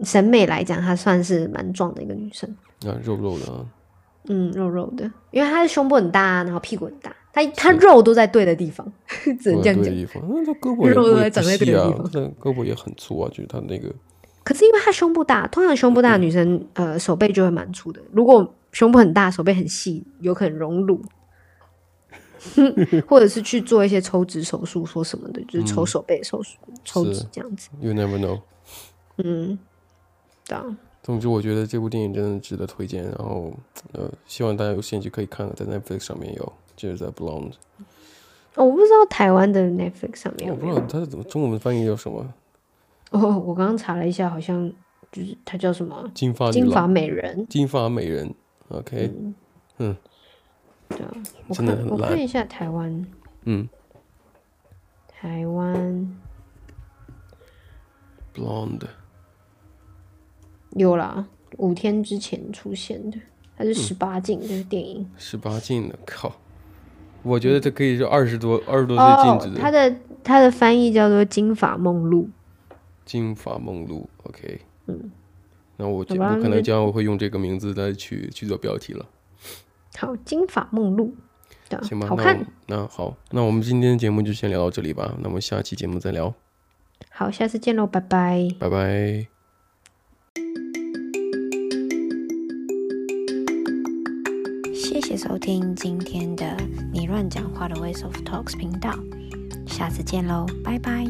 Speaker 1: 审美来讲，她算是蛮壮的一个女生，
Speaker 2: 啊，肉肉的啊，
Speaker 1: 嗯，肉肉的，因为她的胸部很大啊，然后屁股很大，她她肉都在对的地方， <laughs> 只能
Speaker 2: 我
Speaker 1: 这样
Speaker 2: 也对
Speaker 1: 讲
Speaker 2: 的。地方，那她胳膊也
Speaker 1: 肉
Speaker 2: 不
Speaker 1: 都
Speaker 2: 也
Speaker 1: 长
Speaker 2: 不
Speaker 1: 在对
Speaker 2: 细
Speaker 1: 的地
Speaker 2: 啊，
Speaker 1: 方
Speaker 2: 她的胳膊也很粗啊，就是她那个，
Speaker 1: 可是因为她胸部大，通常胸部大的
Speaker 2: 嗯
Speaker 1: 女生，呃，手背就会蛮粗的。如果胸部很大，手背很细，有可能隆
Speaker 2: <laughs>
Speaker 1: 乳，或者是去做一些抽脂手术，说什么的，就是抽手背手术、抽
Speaker 2: 是
Speaker 1: 脂这样子。
Speaker 2: you never know。
Speaker 1: 嗯，对啊，
Speaker 2: 总之，我觉得这部电影真的值得推荐。然后，呃，希望大家有兴趣可以看看，在 Netflix 上面有，就是在 Blonde。
Speaker 1: 哦我不知道台湾的 Netflix 上面有
Speaker 2: 我不
Speaker 1: 没
Speaker 2: 知
Speaker 1: 有。
Speaker 2: 道它怎么中文翻译叫什么，
Speaker 1: 哦，我刚刚查了一下，好像就是它叫什么
Speaker 2: 金发
Speaker 1: 《
Speaker 2: 女
Speaker 1: 金发
Speaker 2: 郎、
Speaker 1: 美人
Speaker 2: 金发美人。OK，》。
Speaker 1: 啊我
Speaker 2: 真
Speaker 1: 看
Speaker 2: 的很
Speaker 1: 我
Speaker 2: 烂
Speaker 1: 看一下台湾，
Speaker 2: 嗯
Speaker 1: 台湾
Speaker 2: ，Blonde，
Speaker 1: 有啦，五天之前出现的，它
Speaker 2: 嗯
Speaker 1: 是十八禁的电影。
Speaker 2: 十八禁的，靠！我觉得这可以是二十多、二十多岁禁
Speaker 1: 哦
Speaker 2: 止，的。
Speaker 1: 它的它的翻译叫做《金发梦露》，
Speaker 2: 金发梦露，OK，
Speaker 1: 嗯，
Speaker 2: 那我
Speaker 1: 好
Speaker 2: 我
Speaker 1: 吧
Speaker 2: 可
Speaker 1: 那就
Speaker 2: 能将来会用这个名字来去去做标题了。
Speaker 1: 好，《金发梦露》对啊
Speaker 2: 行吧，
Speaker 1: 好
Speaker 2: 那我
Speaker 1: 看
Speaker 2: 们，那好，那我们今天节目就先聊到这里吧。那我们下期节目再聊，
Speaker 1: 好，下次见喽，拜拜。
Speaker 2: 拜拜。
Speaker 3: 谢谢收听今天的你乱讲话的 Ways of Talks 频道，下次见喽，拜拜。